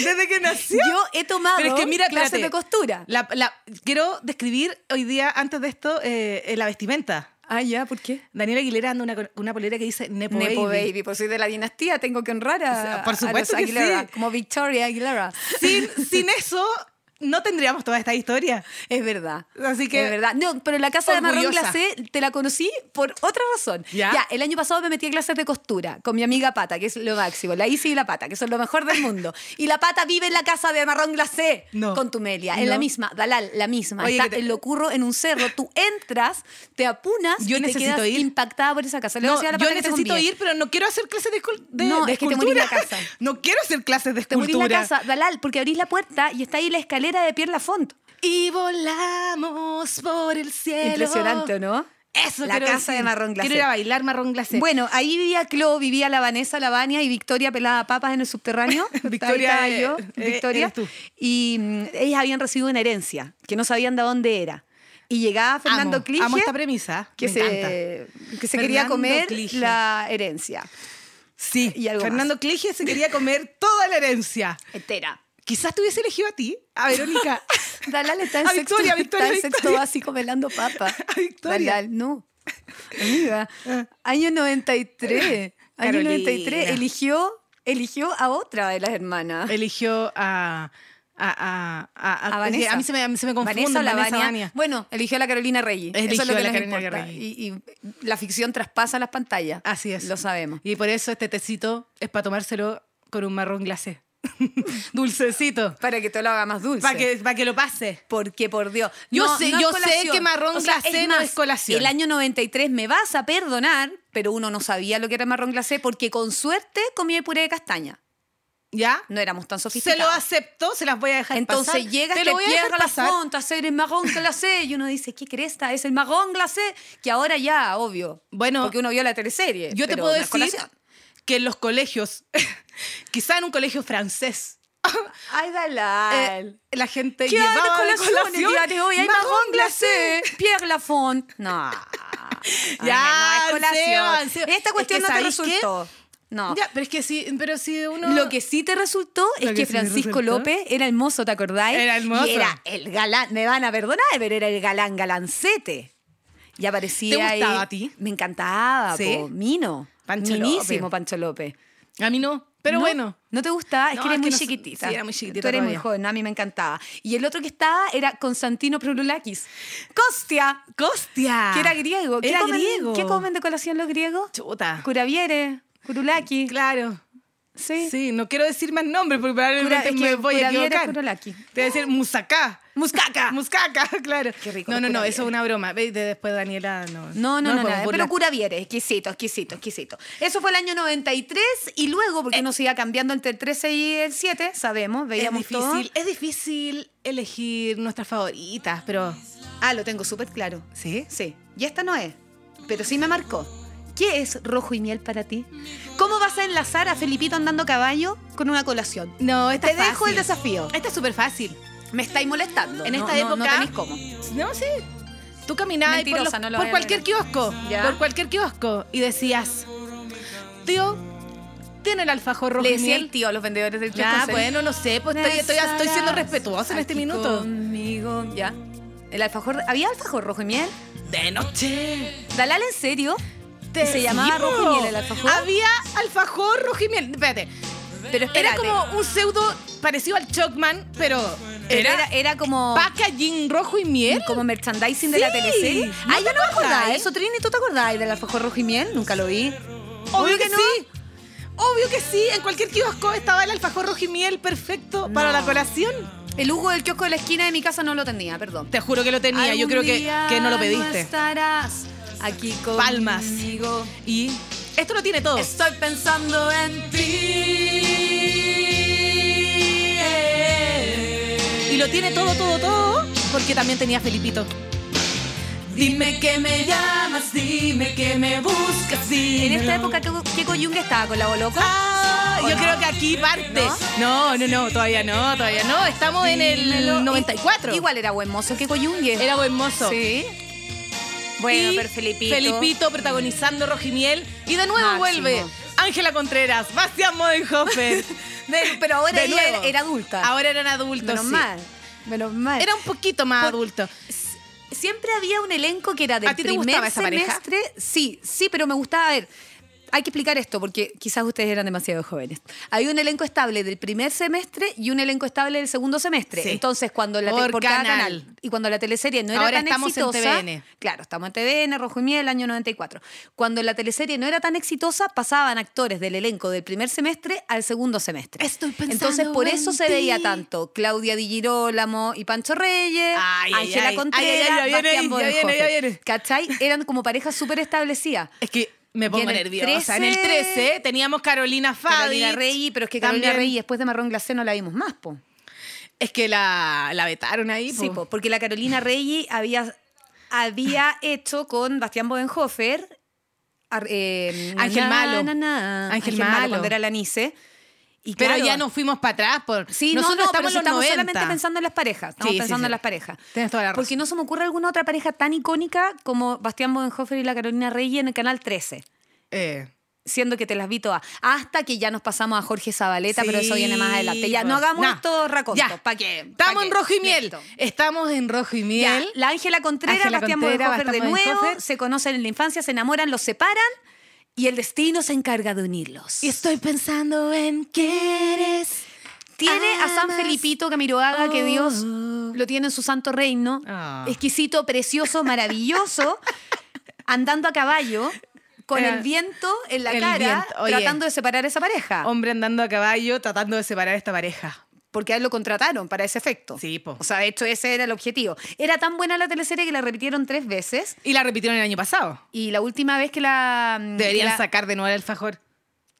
[SPEAKER 3] Desde que nació.
[SPEAKER 2] yo he tomado
[SPEAKER 3] Pero es que mira,
[SPEAKER 2] clases
[SPEAKER 3] espérate.
[SPEAKER 2] de costura.
[SPEAKER 3] La- la- quiero describir hoy día, antes de esto, eh, eh, la vestimenta.
[SPEAKER 2] Ah, ya, ¿por qué?
[SPEAKER 3] Daniela Aguilera anda una, con una polera que dice Nepo,
[SPEAKER 2] Nepo
[SPEAKER 3] Baby.
[SPEAKER 2] Baby. pues soy de la dinastía, tengo que honrar a,
[SPEAKER 3] O sea, por
[SPEAKER 2] a los
[SPEAKER 3] supuesto que
[SPEAKER 2] Aguilera,
[SPEAKER 3] sí.
[SPEAKER 2] como Victoria Aguilera.
[SPEAKER 3] Sin, sin eso, no tendríamos toda esta historia.
[SPEAKER 2] Es verdad.
[SPEAKER 3] Así que-
[SPEAKER 2] Es verdad. No, pero la casa de marrón
[SPEAKER 3] Orgullosa.
[SPEAKER 2] glacé te la conocí por otra razón.
[SPEAKER 3] ¿Ya?
[SPEAKER 2] el año pasado me metí a clases de costura con mi amiga Pata, que es lo máximo. La Isi y la Pata, que son lo mejor del mundo. Y la Pata vive en la casa de marrón glacé
[SPEAKER 3] No.
[SPEAKER 2] con Tumelia. En
[SPEAKER 3] No.
[SPEAKER 2] la misma. Dalal, la misma.
[SPEAKER 3] Oye,
[SPEAKER 2] Está
[SPEAKER 3] que te-
[SPEAKER 2] en lo curro, en un cerro. Tú entras, te apunas
[SPEAKER 3] Yo
[SPEAKER 2] y te
[SPEAKER 3] necesito
[SPEAKER 2] quedas
[SPEAKER 3] ir.
[SPEAKER 2] impactada por esa casa. Le voy a
[SPEAKER 3] No,
[SPEAKER 2] decir a la
[SPEAKER 3] yo
[SPEAKER 2] Pata que te
[SPEAKER 3] necesito
[SPEAKER 2] convide.
[SPEAKER 3] ir, pero no quiero hacer clases de, escul- de,
[SPEAKER 2] No,
[SPEAKER 3] de
[SPEAKER 2] es que te morís la
[SPEAKER 3] escultura.
[SPEAKER 2] casa.
[SPEAKER 3] No quiero hacer clases de
[SPEAKER 2] Te morís la
[SPEAKER 3] escultura.
[SPEAKER 2] casa, Dalal, porque abrís la puerta y está ahí la escalera de Pierre Lafont.
[SPEAKER 3] Y volamos por el cielo.
[SPEAKER 2] Impresionante, ¿o ¿no?
[SPEAKER 3] Eso
[SPEAKER 2] La
[SPEAKER 3] quiero
[SPEAKER 2] casa de
[SPEAKER 3] decir.
[SPEAKER 2] marrón glacé.
[SPEAKER 3] Quiero ir a bailar marrón glacé.
[SPEAKER 2] Bueno, ahí vivía Clo, vivía la Vanessa, la Vania y Victoria pelada papas en el subterráneo.
[SPEAKER 3] Victoria,
[SPEAKER 2] Ahí estaba
[SPEAKER 3] eh,
[SPEAKER 2] yo,
[SPEAKER 3] eh,
[SPEAKER 2] Victoria.
[SPEAKER 3] eres tú.
[SPEAKER 2] Y mm, ellas habían recibido una herencia, que no sabían de dónde era. Y llegaba Fernando
[SPEAKER 3] amo,
[SPEAKER 2] Clige,
[SPEAKER 3] amo esta premisa.
[SPEAKER 2] que,
[SPEAKER 3] me
[SPEAKER 2] se,
[SPEAKER 3] encanta.
[SPEAKER 2] que se quería
[SPEAKER 3] Fernando
[SPEAKER 2] comer
[SPEAKER 3] Clige.
[SPEAKER 2] la herencia
[SPEAKER 3] Sí,
[SPEAKER 2] Y algo
[SPEAKER 3] Fernando
[SPEAKER 2] más.
[SPEAKER 3] Clige se quería comer toda la herencia.
[SPEAKER 2] entera.
[SPEAKER 3] Quizás te hubiese elegido a ti, a Verónica.
[SPEAKER 2] Dalal está en,
[SPEAKER 3] A
[SPEAKER 2] sexto,
[SPEAKER 3] Ah, Victoria,
[SPEAKER 2] está
[SPEAKER 3] Victoria,
[SPEAKER 2] en
[SPEAKER 3] Victoria.
[SPEAKER 2] sexto básico velando papas.
[SPEAKER 3] A Victoria. Ah.
[SPEAKER 2] Dalal, no. Amiga, año 93. Año
[SPEAKER 3] Carolina.
[SPEAKER 2] 93. Eligió, eligió a otra de las hermanas.
[SPEAKER 3] Eligió a. A, a, a,
[SPEAKER 2] a Vanessa.
[SPEAKER 3] Ah, A mí se me, se me confunde
[SPEAKER 2] Vanessa, la
[SPEAKER 3] Vanessa,
[SPEAKER 2] Vania.
[SPEAKER 3] Vania.
[SPEAKER 2] Bueno, eligió a la Carolina Reyes. Eso
[SPEAKER 3] Eligió
[SPEAKER 2] es lo
[SPEAKER 3] a
[SPEAKER 2] que
[SPEAKER 3] la
[SPEAKER 2] nos
[SPEAKER 3] Carolina
[SPEAKER 2] importa.
[SPEAKER 3] Reyes.
[SPEAKER 2] Y, y la ficción traspasa las pantallas.
[SPEAKER 3] Así es.
[SPEAKER 2] Lo sabemos.
[SPEAKER 3] Y por eso este tecito es para tomárselo con un marrón glacé. Dulcecito.
[SPEAKER 2] Para que todo lo haga más dulce.
[SPEAKER 3] Para que, pa' que lo pase.
[SPEAKER 2] Porque, por Dios.
[SPEAKER 3] Yo
[SPEAKER 2] No,
[SPEAKER 3] sé-
[SPEAKER 2] no es
[SPEAKER 3] yo sé
[SPEAKER 2] colación.
[SPEAKER 3] que marrón glacé no
[SPEAKER 2] más,
[SPEAKER 3] es colación.
[SPEAKER 2] El año 93 me vas a perdonar, pero uno no sabía lo que era marrón glacé porque con suerte comía puré de castaña.
[SPEAKER 3] ¿Ya?
[SPEAKER 2] No éramos tan
[SPEAKER 3] Se
[SPEAKER 2] sofisticados.
[SPEAKER 3] lo acepto, se las voy a dejar
[SPEAKER 2] Entonces este
[SPEAKER 3] pasar.
[SPEAKER 2] llegas,
[SPEAKER 3] te
[SPEAKER 2] te,
[SPEAKER 3] lo voy a dejar
[SPEAKER 2] pierdes la
[SPEAKER 3] pasar.
[SPEAKER 2] fonte, hacer el marrón glacé. Y uno dice, ¿qué cresta? Es el marrón glacé. Que ahora ya, obvio.
[SPEAKER 3] Bueno,
[SPEAKER 2] porque uno vio la teleserie.
[SPEAKER 3] Eh, Yo te
[SPEAKER 2] pero
[SPEAKER 3] puedo
[SPEAKER 2] no es
[SPEAKER 3] decir
[SPEAKER 2] colación.
[SPEAKER 3] que en los colegios, quizá en un colegio francés,
[SPEAKER 2] Ay,
[SPEAKER 3] eh,
[SPEAKER 2] Dalal.
[SPEAKER 3] la gente
[SPEAKER 2] ¿Qué hay de
[SPEAKER 3] llevaba de
[SPEAKER 2] colación el día de hoy? Hay
[SPEAKER 3] marrón
[SPEAKER 2] marrón
[SPEAKER 3] glacé.
[SPEAKER 2] glacé, Pierre Lafont. No.
[SPEAKER 3] Ya,
[SPEAKER 2] Ay, no es
[SPEAKER 3] Seba,
[SPEAKER 2] colación.
[SPEAKER 3] Seba.
[SPEAKER 2] Esta cuestión
[SPEAKER 3] Es que,
[SPEAKER 2] no te
[SPEAKER 3] ¿sabes qué?
[SPEAKER 2] resultó. No.
[SPEAKER 3] Ya, pero es que sí, pero si uno...
[SPEAKER 2] Lo que sí te resultó es
[SPEAKER 3] Lo
[SPEAKER 2] que,
[SPEAKER 3] que sí me
[SPEAKER 2] Francisco
[SPEAKER 3] resultó.
[SPEAKER 2] López era hermoso, ¿te acordáis?
[SPEAKER 3] Era hermoso.
[SPEAKER 2] Y era el galán, me van a perdonar, pero era el galán galancete. Y aparecía
[SPEAKER 3] ¿Te gustaba
[SPEAKER 2] ahí-
[SPEAKER 3] a ti?
[SPEAKER 2] Me encantaba,
[SPEAKER 3] ¿Sí?
[SPEAKER 2] po, Mino.
[SPEAKER 3] Pancho
[SPEAKER 2] Minísimo
[SPEAKER 3] López.
[SPEAKER 2] Pancho López.
[SPEAKER 3] A mí no, pero
[SPEAKER 2] No,
[SPEAKER 3] bueno.
[SPEAKER 2] ¿No te gustaba? Es
[SPEAKER 3] No,
[SPEAKER 2] que eres
[SPEAKER 3] es que
[SPEAKER 2] muy
[SPEAKER 3] no sé-
[SPEAKER 2] chiquitita.
[SPEAKER 3] sí, era muy chiquitita
[SPEAKER 2] Tú eres muy
[SPEAKER 3] todavía.
[SPEAKER 2] joven, a mí me encantaba. Y el otro que estaba era Constantino Prululakis. ¡Costia!
[SPEAKER 3] ¡Costia!
[SPEAKER 2] Que era griego. ¿Qué
[SPEAKER 3] Era
[SPEAKER 2] comen,
[SPEAKER 3] griego.
[SPEAKER 2] ¿Qué comen de colación los griegos?
[SPEAKER 3] Chuta.
[SPEAKER 2] Curaviere, Kurulaki.
[SPEAKER 3] Claro.
[SPEAKER 2] Sí.
[SPEAKER 3] Sí, no quiero decir más nombres porque
[SPEAKER 2] Cura-
[SPEAKER 3] probablemente
[SPEAKER 2] es que
[SPEAKER 3] me voy a
[SPEAKER 2] Curaviere,
[SPEAKER 3] equivocar.
[SPEAKER 2] Kurolaki.
[SPEAKER 3] Te voy a decir Musacá.
[SPEAKER 2] Muscaca.
[SPEAKER 3] Muscaca, claro.
[SPEAKER 2] Qué rico
[SPEAKER 3] No,
[SPEAKER 2] los
[SPEAKER 3] no, no,
[SPEAKER 2] Curaviere.
[SPEAKER 3] eso es una broma. Ve, de- Después Daniela no. pues,
[SPEAKER 2] No, no,
[SPEAKER 3] nos
[SPEAKER 2] no,
[SPEAKER 3] podemos
[SPEAKER 2] nada.
[SPEAKER 3] burlar.
[SPEAKER 2] Pero Curaviere, exquisito, exquisito, exquisito. Eso fue el año 93 y luego,
[SPEAKER 3] Eh.
[SPEAKER 2] porque uno se iba cambiando entre el 13 y el 7, sabemos,
[SPEAKER 3] es
[SPEAKER 2] veíamos
[SPEAKER 3] difícil,
[SPEAKER 2] todo.
[SPEAKER 3] es difícil elegir nuestras favoritas, pero
[SPEAKER 2] Ah, lo tengo súper claro.
[SPEAKER 3] ¿sí?
[SPEAKER 2] Sí, y esta no es, pero sí me marcó. ¿Qué es rojo y miel para ti? ¿Cómo vas a enlazar a Felipito andando a caballo con una colación?
[SPEAKER 3] No, esta
[SPEAKER 2] Te
[SPEAKER 3] es fácil.
[SPEAKER 2] dejo el desafío.
[SPEAKER 3] Esta es súper fácil.
[SPEAKER 2] Me estáis molestando.
[SPEAKER 3] En
[SPEAKER 2] No,
[SPEAKER 3] esta
[SPEAKER 2] no, no
[SPEAKER 3] época-
[SPEAKER 2] tenéis cómo.
[SPEAKER 3] No, sí. Tú caminabas ahí por,
[SPEAKER 2] Mentirosa,
[SPEAKER 3] los-
[SPEAKER 2] no lo
[SPEAKER 3] por
[SPEAKER 2] voy a
[SPEAKER 3] cualquier kiosco,
[SPEAKER 2] Ya.
[SPEAKER 3] por cualquier kiosco y decías, "Tío, tiene el alfajor rojo
[SPEAKER 2] Le
[SPEAKER 3] y
[SPEAKER 2] decía el
[SPEAKER 3] miel?"
[SPEAKER 2] tío a los vendedores del kiosco,
[SPEAKER 3] Ya,
[SPEAKER 2] en serio.
[SPEAKER 3] bueno, no sé, pues estoy, estoy- estoy siendo respetuosa en este
[SPEAKER 2] Aquí
[SPEAKER 3] minuto.
[SPEAKER 2] Conmigo, ya. El alfajor, ¿había alfajor rojo y miel?
[SPEAKER 3] De noche.
[SPEAKER 2] Dalal, ¿en serio?
[SPEAKER 3] Te
[SPEAKER 2] ¿Y se llamaba
[SPEAKER 3] digo,
[SPEAKER 2] rojo y miel el alfajor?
[SPEAKER 3] Había alfajor rojo y miel. Espérate.
[SPEAKER 2] Pero
[SPEAKER 3] Era
[SPEAKER 2] espérate.
[SPEAKER 3] como un pseudo parecido al Chocman, pero
[SPEAKER 2] Era,
[SPEAKER 3] era,
[SPEAKER 2] era, como...
[SPEAKER 3] packaging rojo y miel.
[SPEAKER 2] Como merchandising de la
[SPEAKER 3] Sí,
[SPEAKER 2] teleserie.
[SPEAKER 3] ¿no
[SPEAKER 2] Ay,
[SPEAKER 3] te
[SPEAKER 2] yo no me acordaba
[SPEAKER 3] acordás?
[SPEAKER 2] de eso, Trini. ¿Tú te acordás del alfajor rojo y miel? Nunca lo vi.
[SPEAKER 3] Obvio que sí. Obvio que sí. En cualquier kiosco estaba el alfajor rojo y miel perfecto para
[SPEAKER 2] No.
[SPEAKER 3] la colación.
[SPEAKER 2] El Hugo del kiosco de la esquina de mi casa no lo tenía, perdón.
[SPEAKER 3] Te juro que lo tenía. Yo
[SPEAKER 2] Algún
[SPEAKER 3] creo que,
[SPEAKER 2] día
[SPEAKER 3] que no lo
[SPEAKER 2] No
[SPEAKER 3] pediste.
[SPEAKER 2] estarás aquí conmigo.
[SPEAKER 3] Palmas. y esto lo tiene todo.
[SPEAKER 2] Estoy pensando en ti.
[SPEAKER 3] Y lo tiene todo, todo, todo. Porque también tenía Felipito.
[SPEAKER 2] Dime que me llamas, dime que me buscas. En esta época, ¿qué, qué coyunque estaba con la Boloco?
[SPEAKER 3] Ah,
[SPEAKER 2] ¿O
[SPEAKER 3] yo
[SPEAKER 2] no?
[SPEAKER 3] creo que aquí parte. No, no, no, todavía no, todavía no. Estamos Ah, en el 94.
[SPEAKER 2] Igual era buen mozo que coyunque.
[SPEAKER 3] Era buen mozo.
[SPEAKER 2] Sí. Bueno,
[SPEAKER 3] Y
[SPEAKER 2] pero Felipito.
[SPEAKER 3] Felipito protagonizando Rojimiel. Y de nuevo
[SPEAKER 2] Máximo.
[SPEAKER 3] vuelve Ángela Contreras, Bastián Modenhofer.
[SPEAKER 2] De- pero ahora
[SPEAKER 3] De
[SPEAKER 2] ella
[SPEAKER 3] nuevo.
[SPEAKER 2] era adulta.
[SPEAKER 3] Ahora eran adultos.
[SPEAKER 2] menos
[SPEAKER 3] sí.
[SPEAKER 2] mal. Menos mal.
[SPEAKER 3] Era un poquito más
[SPEAKER 2] Por-
[SPEAKER 3] adulto.
[SPEAKER 2] Siempre había un elenco que era del
[SPEAKER 3] ¿A ti te
[SPEAKER 2] primer
[SPEAKER 3] gustaba esa pareja?
[SPEAKER 2] semestre. Sí, sí, pero me gustaba a ver. Hay que explicar esto porque quizás ustedes eran demasiado jóvenes. Había un elenco estable del primer semestre y un elenco estable del segundo semestre.
[SPEAKER 3] Sí.
[SPEAKER 2] Entonces, cuando la te-
[SPEAKER 3] Por
[SPEAKER 2] por cada
[SPEAKER 3] canal.
[SPEAKER 2] canal y cuando la teleserie no era
[SPEAKER 3] Ahora
[SPEAKER 2] tan
[SPEAKER 3] estamos en
[SPEAKER 2] exitosa,
[SPEAKER 3] TVN.
[SPEAKER 2] claro, estamos en TVN, Rojo y Miel, año 94. Cuando la teleserie no era tan exitosa, pasaban actores del elenco del primer semestre al segundo semestre.
[SPEAKER 3] Estoy pensando
[SPEAKER 2] Entonces, por eso
[SPEAKER 3] en
[SPEAKER 2] se veía
[SPEAKER 3] ti.
[SPEAKER 2] tanto Claudia Di Girolamo y Pancho Reyes,
[SPEAKER 3] Ay, ay,
[SPEAKER 2] Ángela
[SPEAKER 3] ay.
[SPEAKER 2] Contreras,
[SPEAKER 3] Ay, ay, ya viene,
[SPEAKER 2] Bastián
[SPEAKER 3] ya viene, ya
[SPEAKER 2] Bodenhofer.
[SPEAKER 3] viene.
[SPEAKER 2] ¿Cachai? Eran como parejas súper establecidas.
[SPEAKER 3] Es que me
[SPEAKER 2] en
[SPEAKER 3] pongo
[SPEAKER 2] el
[SPEAKER 3] nerviosa. En el
[SPEAKER 2] 13,
[SPEAKER 3] 13 teníamos Carolina Fabi.
[SPEAKER 2] Carolina Rey, pero es que Carolina
[SPEAKER 3] También-
[SPEAKER 2] Rey después de Marrón Glacé no la vimos más, po.
[SPEAKER 3] Es que la, la vetaron ahí.
[SPEAKER 2] Sí,
[SPEAKER 3] po.
[SPEAKER 2] po, porque la Carolina Rey había, había hecho con Bastián Bodenhofer ar- eh,
[SPEAKER 3] Ángel
[SPEAKER 2] na,
[SPEAKER 3] Malo.
[SPEAKER 2] na, na,
[SPEAKER 3] Ángel
[SPEAKER 2] Ángel
[SPEAKER 3] Malo.
[SPEAKER 2] Malo cuando era la Nice. Y
[SPEAKER 3] Pero
[SPEAKER 2] claro,
[SPEAKER 3] ya nos fuimos para atrás. Por...
[SPEAKER 2] Sí,
[SPEAKER 3] Nosotros
[SPEAKER 2] no, no, pero
[SPEAKER 3] estamos
[SPEAKER 2] si
[SPEAKER 3] en los
[SPEAKER 2] estamos
[SPEAKER 3] 90.
[SPEAKER 2] solamente pensando en las parejas. Estamos
[SPEAKER 3] Sí, sí,
[SPEAKER 2] pensando
[SPEAKER 3] sí.
[SPEAKER 2] en las parejas.
[SPEAKER 3] Tienes toda la razón.
[SPEAKER 2] Porque no se me ocurre alguna otra pareja tan icónica como Bastián Bodenhofer y la Carolina Rey en el Canal 13.
[SPEAKER 3] Eh,
[SPEAKER 2] siendo que te las vi todas. Hasta que ya nos pasamos a Jorge Zabaleta, pero eso
[SPEAKER 3] Sí,
[SPEAKER 2] viene más adelante. Ya, no
[SPEAKER 3] pues,
[SPEAKER 2] hagamos
[SPEAKER 3] nah,
[SPEAKER 2] esto raconto.
[SPEAKER 3] ya.
[SPEAKER 2] ¿Para qué? ¿Pa'
[SPEAKER 3] Estamos en
[SPEAKER 2] qué?
[SPEAKER 3] rojo y miel.
[SPEAKER 2] Listo.
[SPEAKER 3] Estamos en rojo y
[SPEAKER 2] Ya,
[SPEAKER 3] miel.
[SPEAKER 2] La Ángela Contreras,
[SPEAKER 3] Ángela
[SPEAKER 2] Bastián
[SPEAKER 3] Contreras,
[SPEAKER 2] Bodenhofer de
[SPEAKER 3] Bastián
[SPEAKER 2] nuevo,
[SPEAKER 3] Bodenhofer.
[SPEAKER 2] se conocen en la infancia, se enamoran, los separan y el destino se encarga de unirlos.
[SPEAKER 3] Y estoy pensando en qué eres.
[SPEAKER 2] tiene a San
[SPEAKER 3] amas.
[SPEAKER 2] Felipito Camiroaga, que Dios
[SPEAKER 3] Oh.
[SPEAKER 2] lo tiene en su santo reino.
[SPEAKER 3] Ah.
[SPEAKER 2] Exquisito, precioso, maravilloso, andando a caballo, con
[SPEAKER 3] Era
[SPEAKER 2] el viento en la
[SPEAKER 3] Eh, el
[SPEAKER 2] cara,
[SPEAKER 3] viento, oye.
[SPEAKER 2] tratando de separar a esa pareja.
[SPEAKER 3] Hombre andando a caballo tratando de separar a esta pareja.
[SPEAKER 2] porque a él lo contrataron para ese efecto.
[SPEAKER 3] Sí, po.
[SPEAKER 2] O sea, de hecho, ese era el objetivo. Era tan buena la teleserie que la repitieron tres veces
[SPEAKER 3] Y la repitieron el año pasado.
[SPEAKER 2] y la última vez que la... que
[SPEAKER 3] Deberían
[SPEAKER 2] Mm, la-
[SPEAKER 3] sacar de nuevo el alfajor.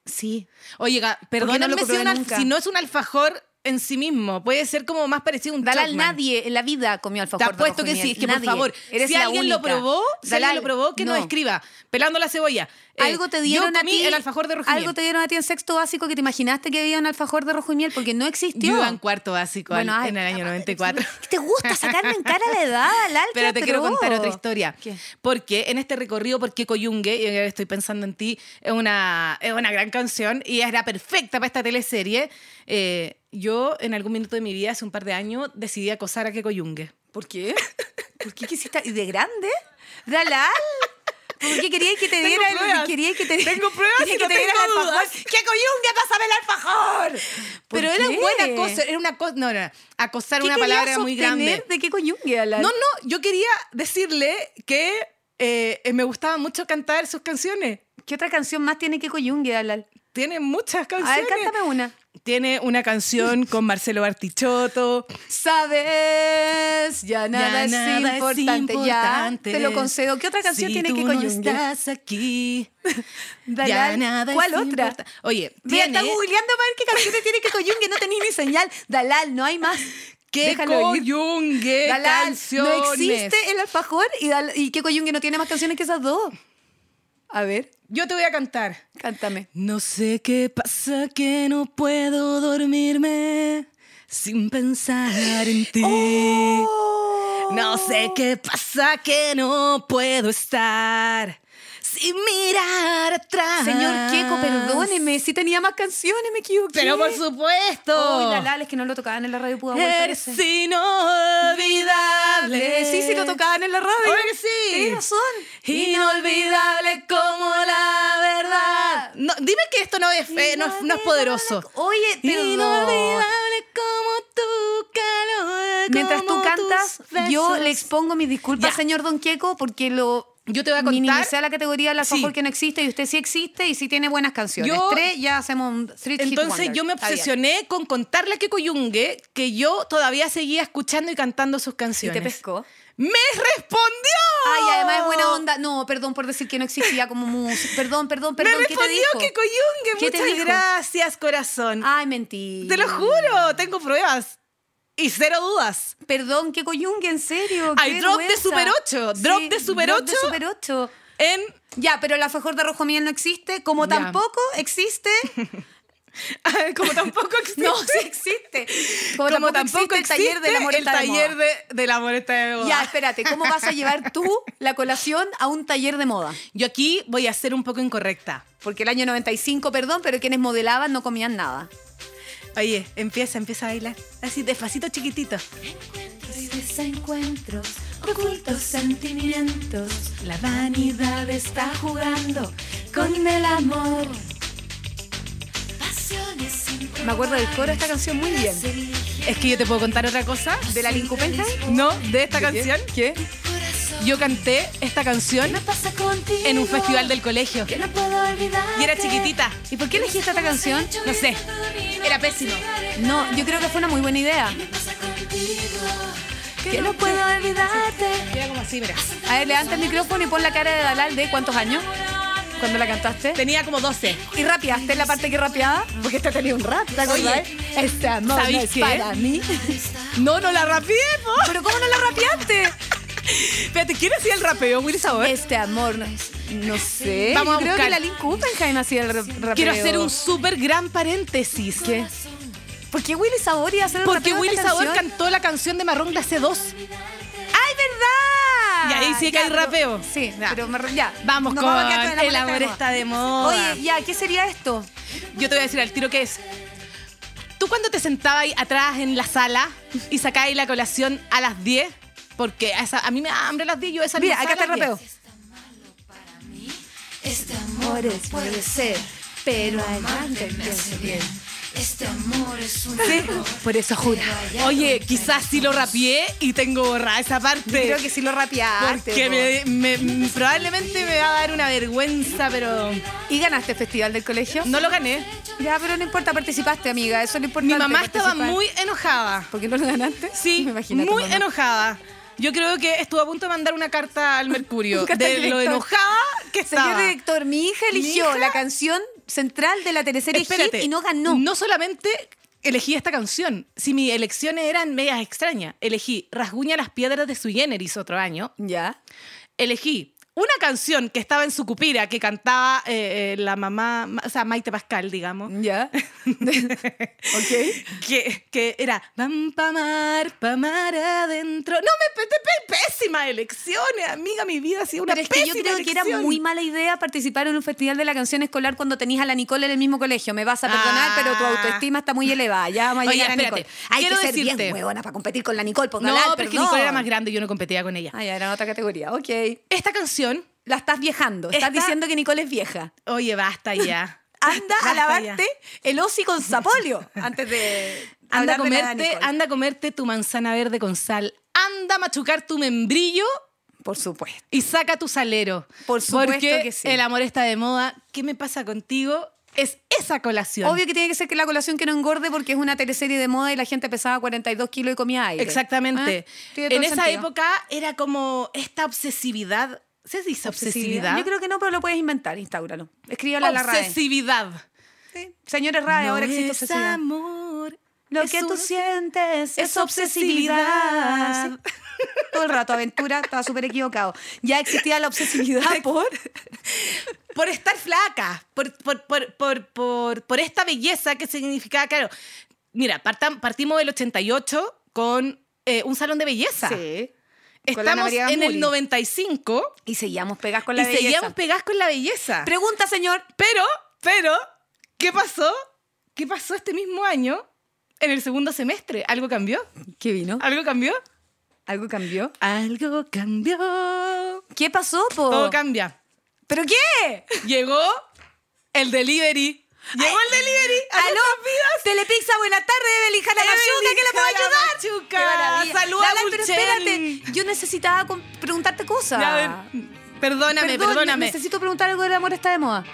[SPEAKER 2] Sí.
[SPEAKER 3] Oye, ga- perdóname
[SPEAKER 2] lo
[SPEAKER 3] si,
[SPEAKER 2] probé
[SPEAKER 3] un alf-
[SPEAKER 2] nunca.
[SPEAKER 3] si no es un alfajor en sí mismo. Puede ser como más parecido a un
[SPEAKER 2] Dale al
[SPEAKER 3] Chapman.
[SPEAKER 2] nadie en la vida comió
[SPEAKER 3] Te
[SPEAKER 2] alfajor. de
[SPEAKER 3] apuesto
[SPEAKER 2] rojo
[SPEAKER 3] que
[SPEAKER 2] y
[SPEAKER 3] sí,
[SPEAKER 2] miel.
[SPEAKER 3] es que por
[SPEAKER 2] Nadie.
[SPEAKER 3] favor,
[SPEAKER 2] Eres
[SPEAKER 3] si
[SPEAKER 2] la
[SPEAKER 3] alguien lo
[SPEAKER 2] única.
[SPEAKER 3] probó, si
[SPEAKER 2] Dale
[SPEAKER 3] alguien
[SPEAKER 2] al-
[SPEAKER 3] lo probó, que no.
[SPEAKER 2] no.
[SPEAKER 3] escriba, pelando la cebolla. Eh,
[SPEAKER 2] Algo te dieron
[SPEAKER 3] yo
[SPEAKER 2] a
[SPEAKER 3] comí
[SPEAKER 2] ti.
[SPEAKER 3] el alfajor de rojo y
[SPEAKER 2] Algo
[SPEAKER 3] miel.
[SPEAKER 2] te dieron a ti en sexto básico que te imaginaste que había un alfajor de rojo y miel porque no existió.
[SPEAKER 3] Yo iba en cuarto básico al-
[SPEAKER 2] Bueno, ay,
[SPEAKER 3] en el año
[SPEAKER 2] puta madre,
[SPEAKER 3] 94.
[SPEAKER 2] Te gusta sacarme en cara la edad, Lal,
[SPEAKER 3] Pero te
[SPEAKER 2] qué
[SPEAKER 3] quiero contar
[SPEAKER 2] atroz.
[SPEAKER 3] otra historia.
[SPEAKER 2] ¿Qué?
[SPEAKER 3] Porque en este recorrido por Kiko Yungue, y ahora estoy pensando en ti, es una, es una gran canción y era perfecta para esta teleserie. eh, yo en algún minuto de mi vida, hace un par de años, decidí acosar a Kiko Yungue.
[SPEAKER 2] ¿Por qué? ¿Por qué quisiste? ¿Y de grande? ¿Dalal? ¿Por qué querías que te
[SPEAKER 3] Tengo
[SPEAKER 2] diera
[SPEAKER 3] pruebas.
[SPEAKER 2] querías que te
[SPEAKER 3] Tengo pruebas
[SPEAKER 2] querías
[SPEAKER 3] y
[SPEAKER 2] que
[SPEAKER 3] no
[SPEAKER 2] te diera
[SPEAKER 3] tengo
[SPEAKER 2] el alfajor?
[SPEAKER 3] dudas.
[SPEAKER 2] ¡Que coyunga, pásame el alfajor! ¿Por
[SPEAKER 3] Pero era
[SPEAKER 2] qué?
[SPEAKER 3] buena cosa, era una cosa, no, no, no, acosar
[SPEAKER 2] ¿Qué
[SPEAKER 3] una
[SPEAKER 2] querías
[SPEAKER 3] palabra muy
[SPEAKER 2] obtener
[SPEAKER 3] grande.
[SPEAKER 2] ¿De qué coyungue, Dalal?
[SPEAKER 3] No, no, yo quería decirle que eh, eh, me gustaba mucho cantar sus canciones.
[SPEAKER 2] ¿Qué otra canción más tiene que coyungue, Dalal?
[SPEAKER 3] Tiene muchas
[SPEAKER 2] A
[SPEAKER 3] canciones.
[SPEAKER 2] ver, cántame una.
[SPEAKER 3] Tiene una canción con Marcelo Bartichotto.
[SPEAKER 2] Sabes, ya nada, es,
[SPEAKER 3] nada es
[SPEAKER 2] importante,
[SPEAKER 3] importante.
[SPEAKER 2] ya te lo concedo. ¿Qué otra canción
[SPEAKER 3] Si
[SPEAKER 2] tiene
[SPEAKER 3] tú
[SPEAKER 2] que
[SPEAKER 3] no
[SPEAKER 2] coyungue?
[SPEAKER 3] estás aquí.
[SPEAKER 2] Dalal, ¿Cuál otra?
[SPEAKER 3] importa- Oye,
[SPEAKER 2] Mira,
[SPEAKER 3] tiene
[SPEAKER 2] está googleando para ver qué canciones tiene que coyungue, no tenéis ni señal. Dalal, no hay más.
[SPEAKER 3] que
[SPEAKER 2] Déjalo ir.
[SPEAKER 3] coyungue
[SPEAKER 2] Dalal,
[SPEAKER 3] canciones.
[SPEAKER 2] no existe el alfajor y, Dal- y que coyungue no tiene más canciones que esas dos. A ver,
[SPEAKER 3] Yo te voy a cantar.
[SPEAKER 2] cántame.
[SPEAKER 3] No sé qué pasa que no puedo dormirme sin pensar en ti.
[SPEAKER 2] Oh.
[SPEAKER 3] No sé qué pasa que no puedo estar sin mirar atrás.
[SPEAKER 2] Señor Keco, perdóneme, si tenía más canciones, me equivoqué.
[SPEAKER 3] Pero por Oh. supuesto.
[SPEAKER 2] Uy, Dalal, es que no lo tocaban en la radio Pudahuel,
[SPEAKER 3] Eres
[SPEAKER 2] parece. Eh,
[SPEAKER 3] inolvidable.
[SPEAKER 2] Sí, sí, lo tocaban en la radio.
[SPEAKER 3] Oye, sí.
[SPEAKER 2] Tienes razón.
[SPEAKER 3] Inolvidable como la verdad. No, dime que esto no es, fe- Eh, no, es- no es poderoso.
[SPEAKER 2] Oye, perdón.
[SPEAKER 3] Inolvidable como tu calor.
[SPEAKER 2] Mientras tú
[SPEAKER 3] como
[SPEAKER 2] cantas,
[SPEAKER 3] tus
[SPEAKER 2] yo
[SPEAKER 3] besos.
[SPEAKER 2] le expongo mis disculpas,
[SPEAKER 3] Ya.
[SPEAKER 2] señor Don Queco, porque lo
[SPEAKER 3] Yo te voy a contar.
[SPEAKER 2] minimicé a la categoría del alfajor
[SPEAKER 3] Sí.
[SPEAKER 2] que no existe y usted sí existe y sí tiene buenas canciones.
[SPEAKER 3] Yo-
[SPEAKER 2] Tres, ya hacemos un street hit
[SPEAKER 3] Entonces
[SPEAKER 2] wonder.
[SPEAKER 3] yo me
[SPEAKER 2] Está bien.
[SPEAKER 3] obsesioné con contarle a Keko Yungue que yo todavía seguía escuchando y cantando sus
[SPEAKER 2] Y
[SPEAKER 3] canciones.
[SPEAKER 2] te pescó.
[SPEAKER 3] ¡Me respondió!
[SPEAKER 2] Ay, además es buena onda. No, perdón por decir que no existía como música. Perdón, perdón,
[SPEAKER 3] Me
[SPEAKER 2] perdón. ¿Qué te
[SPEAKER 3] respondió
[SPEAKER 2] dijo?
[SPEAKER 3] Keko Yungue.
[SPEAKER 2] ¿Qué te
[SPEAKER 3] Muchas
[SPEAKER 2] dijo? Ah,
[SPEAKER 3] gracias, corazón.
[SPEAKER 2] Ay, mentira.
[SPEAKER 3] Te lo juro, tengo pruebas. Y cero dudas.
[SPEAKER 2] Perdón, Queco Yungue, en serio.
[SPEAKER 3] Ay,
[SPEAKER 2] qué
[SPEAKER 3] drop de
[SPEAKER 2] vergüenza.
[SPEAKER 3] Super 8, drop de Super
[SPEAKER 2] drop de
[SPEAKER 3] 8.
[SPEAKER 2] Super 8.
[SPEAKER 3] En
[SPEAKER 2] Ya, pero el alfajor de rojo miel no existe, como
[SPEAKER 3] Ya.
[SPEAKER 2] tampoco existe.
[SPEAKER 3] ah, como tampoco existe.
[SPEAKER 2] No, sí existe. Como,
[SPEAKER 3] como
[SPEAKER 2] tampoco,
[SPEAKER 3] tampoco
[SPEAKER 2] existe, el taller de la
[SPEAKER 3] el
[SPEAKER 2] moreta de moda.
[SPEAKER 3] taller de, de la moreta de moda.
[SPEAKER 2] Ya, espérate, ¿cómo vas a llevar tú la colación a un taller de moda?
[SPEAKER 3] Yo aquí voy a ser un poco incorrecta.
[SPEAKER 2] Porque el año 95, perdón, pero quienes modelaban no comían nada.
[SPEAKER 3] Oye, empieza, empieza a bailar. Así, despacito, chiquitito.
[SPEAKER 2] Y desencuentros, ocultos sentimientos, la vanidad está jugando con el amor. Me acuerdo del coro de esta canción muy bien.
[SPEAKER 3] Es que yo te puedo contar otra cosa.
[SPEAKER 2] ¿De la Lincupenca?
[SPEAKER 3] No, de esta canción. ¿Qué? Yo canté esta canción en un festival del colegio. Y era chiquitita.
[SPEAKER 2] ¿Y por qué elegiste esta canción?
[SPEAKER 3] No sé. Era pésimo.
[SPEAKER 2] No, yo creo que fue una muy buena idea. Que no puedo olvidarte.
[SPEAKER 3] Era como así, mira.
[SPEAKER 2] A ver, levanta el micrófono y pon la cara de Dalal de cuántos años cuando la cantaste.
[SPEAKER 3] Tenía como 12.
[SPEAKER 2] ¿Y rapeaste la parte que rapeaba? Porque esta tenía un rap, ¿te acordás? Este amor no
[SPEAKER 3] ¿sabéis
[SPEAKER 2] es
[SPEAKER 3] qué?
[SPEAKER 2] para mí.
[SPEAKER 3] No, no la rapeé, po.
[SPEAKER 2] ¿Pero cómo no la rapeaste?
[SPEAKER 3] Espérate, ¿quién hacía el rapeo, Will Sabor?
[SPEAKER 2] Este amor, no, no sé.
[SPEAKER 3] Vamos a
[SPEAKER 2] yo creo
[SPEAKER 3] buscar.
[SPEAKER 2] que la Lynn Kuppenheim hacía el rap- rapeo.
[SPEAKER 3] Quiero hacer un súper gran paréntesis.
[SPEAKER 2] ¿Qué? ¿Por qué Willy Sabor iba a hacer el
[SPEAKER 3] Porque
[SPEAKER 2] rapeo de
[SPEAKER 3] Willy
[SPEAKER 2] esta
[SPEAKER 3] Sabor
[SPEAKER 2] canción?
[SPEAKER 3] cantó la canción de Marrón Glacé 2.
[SPEAKER 2] ¡Ay, verdad!
[SPEAKER 3] Y ahí sí que
[SPEAKER 2] Ya,
[SPEAKER 3] hay
[SPEAKER 2] pero-
[SPEAKER 3] rapeo.
[SPEAKER 2] Sí,
[SPEAKER 3] Ya.
[SPEAKER 2] pero me re- ya.
[SPEAKER 3] Vamos
[SPEAKER 2] Nos
[SPEAKER 3] con
[SPEAKER 2] a quedar
[SPEAKER 3] El
[SPEAKER 2] amor
[SPEAKER 3] amor está de moda.
[SPEAKER 2] Oye, ya, ¿qué sería esto?
[SPEAKER 3] Yo te voy a decir al tiro qué es. Tú cuando te sentabas ahí atrás en la sala y sacabas la colación a las 10, porque a, esa- a mí me da hambre a las 10, yo esa
[SPEAKER 2] Mira, acá está el rapeo.
[SPEAKER 4] Este amor es puede ser, pero amarte me hace bien. Este amor es un error.
[SPEAKER 3] Por eso jura. Oye, quizás sí lo rapié y tengo borrada esa parte.
[SPEAKER 2] Creo que sí lo rapeaste.
[SPEAKER 3] porque
[SPEAKER 2] po.
[SPEAKER 3] me- me- probablemente me va a dar una vergüenza, pero
[SPEAKER 2] ¿Y ganaste el festival del colegio?
[SPEAKER 3] no lo gané.
[SPEAKER 2] Ya, pero no importa, participaste, amiga. Eso es lo importante.
[SPEAKER 3] Mi mamá estaba
[SPEAKER 2] participar.
[SPEAKER 3] muy enojada.
[SPEAKER 2] ¿Por qué no lo ganaste?
[SPEAKER 3] Sí,
[SPEAKER 2] me imagino. a tu
[SPEAKER 3] muy
[SPEAKER 2] mamá.
[SPEAKER 3] enojada. Yo creo que estuvo a punto de mandar una carta al Mercurio
[SPEAKER 2] Carta al
[SPEAKER 3] de lo
[SPEAKER 2] director.
[SPEAKER 3] enojada que
[SPEAKER 2] Señor
[SPEAKER 3] estaba.
[SPEAKER 2] director, mi hija eligió
[SPEAKER 3] hija?
[SPEAKER 2] la canción central de la teleserie
[SPEAKER 3] Espérate,
[SPEAKER 2] Hit y no ganó.
[SPEAKER 3] No solamente elegí esta canción, si mis elecciones eran medias extrañas, elegí Rasguña las piedras de su generis otro año,
[SPEAKER 2] Ya.
[SPEAKER 3] elegí una canción que estaba en su cupira que cantaba eh, eh, la mamá, o sea, Maite Pascal, digamos,
[SPEAKER 2] Ya. ok.
[SPEAKER 3] que, que era Van pa' mar, pa' mar adentro. No, me pe- pe- pésima elecciones, amiga, mi vida ha sido una
[SPEAKER 2] Pero es que yo
[SPEAKER 3] pésima
[SPEAKER 2] creo que era
[SPEAKER 3] elección.
[SPEAKER 2] muy mala idea participar en un festival de la canción escolar cuando tenías a la Nicole en el mismo colegio. Me vas a perdonar,
[SPEAKER 3] Ah.
[SPEAKER 2] pero tu autoestima está muy elevada. Ya vamos a
[SPEAKER 3] Oye,
[SPEAKER 2] llegar a
[SPEAKER 3] espérate,
[SPEAKER 2] Nicole. Hay
[SPEAKER 3] quiero
[SPEAKER 2] que ser
[SPEAKER 3] decirte-
[SPEAKER 2] bien huevona para competir con la Nicole. Pues,
[SPEAKER 3] No,
[SPEAKER 2] Galal,
[SPEAKER 3] pero es que
[SPEAKER 2] perdón.
[SPEAKER 3] Nicole era más grande y yo no competía con ella.
[SPEAKER 2] Ah, ya, era otra categoría. Ok.
[SPEAKER 3] Esta canción,
[SPEAKER 2] La estás viejando. Estás
[SPEAKER 3] Está-
[SPEAKER 2] diciendo que Nicole es vieja.
[SPEAKER 3] oye, basta ya.
[SPEAKER 2] Anda
[SPEAKER 3] Basta
[SPEAKER 2] a
[SPEAKER 3] ya.
[SPEAKER 2] lavarte el osi con sapolio antes de
[SPEAKER 3] Anda a,
[SPEAKER 2] hablar de la
[SPEAKER 3] comerte,
[SPEAKER 2] Nicole.
[SPEAKER 3] anda a comerte tu manzana verde con sal. Anda a machucar tu membrillo
[SPEAKER 2] Por supuesto.
[SPEAKER 3] y saca tu salero.
[SPEAKER 2] Por supuesto
[SPEAKER 3] Porque
[SPEAKER 2] que sí.
[SPEAKER 3] el amor está de moda. ¿Qué me pasa contigo? Es esa colación.
[SPEAKER 2] Obvio que tiene que ser que la colación que no engorde porque es una teleserie de moda y la gente pesaba 42 kilos y comía aire.
[SPEAKER 3] Exactamente.
[SPEAKER 2] Ah, tiene todo
[SPEAKER 3] En
[SPEAKER 2] el
[SPEAKER 3] esa
[SPEAKER 2] sentido.
[SPEAKER 3] época era como esta obsesividad. ¿Se dice obsesividad?
[SPEAKER 2] Yo creo que no, pero lo puedes inventar, instauralo. Escríbalo a la RAE.
[SPEAKER 3] obsesividad.
[SPEAKER 2] Sí. Señores RAE, ahora
[SPEAKER 3] No
[SPEAKER 2] existe
[SPEAKER 3] es
[SPEAKER 2] obsesividad.
[SPEAKER 3] amor.
[SPEAKER 2] Lo
[SPEAKER 3] es
[SPEAKER 2] que tú
[SPEAKER 3] un-
[SPEAKER 2] sientes
[SPEAKER 3] es
[SPEAKER 2] es obsesividad.
[SPEAKER 3] obsesividad.
[SPEAKER 2] Sí. Todo el rato, aventura, estaba súper equivocado. Ya existía la obsesividad por...
[SPEAKER 3] por estar flaca, por, por, por, por, por, por esta belleza que significaba, claro. Mira, partam- partimos del 88 con eh, un salón de belleza.
[SPEAKER 2] con la Ana
[SPEAKER 3] Estamos
[SPEAKER 2] María
[SPEAKER 3] en el
[SPEAKER 2] Gamuri.
[SPEAKER 3] 95
[SPEAKER 2] Y seguíamos pegas con
[SPEAKER 3] y
[SPEAKER 2] la belleza.
[SPEAKER 3] seguíamos pegadas con la belleza.
[SPEAKER 2] Pregunta, señor.
[SPEAKER 3] Pero, pero, ¿qué pasó? ¿Qué pasó este mismo año en el segundo semestre? ¿Algo cambió?
[SPEAKER 2] ¿Qué vino?
[SPEAKER 3] ¿Algo cambió?
[SPEAKER 2] ¿Algo cambió?
[SPEAKER 3] Algo cambió.
[SPEAKER 2] ¿Qué pasó, po?
[SPEAKER 3] Todo cambia.
[SPEAKER 2] ¿Pero qué?
[SPEAKER 3] Llegó el delivery. Llegó el delivery. a
[SPEAKER 2] ¡Aló! Telepizza, buena tarde, Evelyn Jara Machuca, que le puedo ayudar.
[SPEAKER 3] Machuca.
[SPEAKER 2] Qué maravilla.
[SPEAKER 3] Saluda
[SPEAKER 2] Lala,
[SPEAKER 3] a
[SPEAKER 2] pero
[SPEAKER 3] Burchell.
[SPEAKER 2] espérate, yo necesitaba com- preguntarte cosas.
[SPEAKER 3] Ya, a ver, Perdóname,
[SPEAKER 2] Perdón,
[SPEAKER 3] perdóname.
[SPEAKER 2] Necesito preguntar algo del amor está de moda.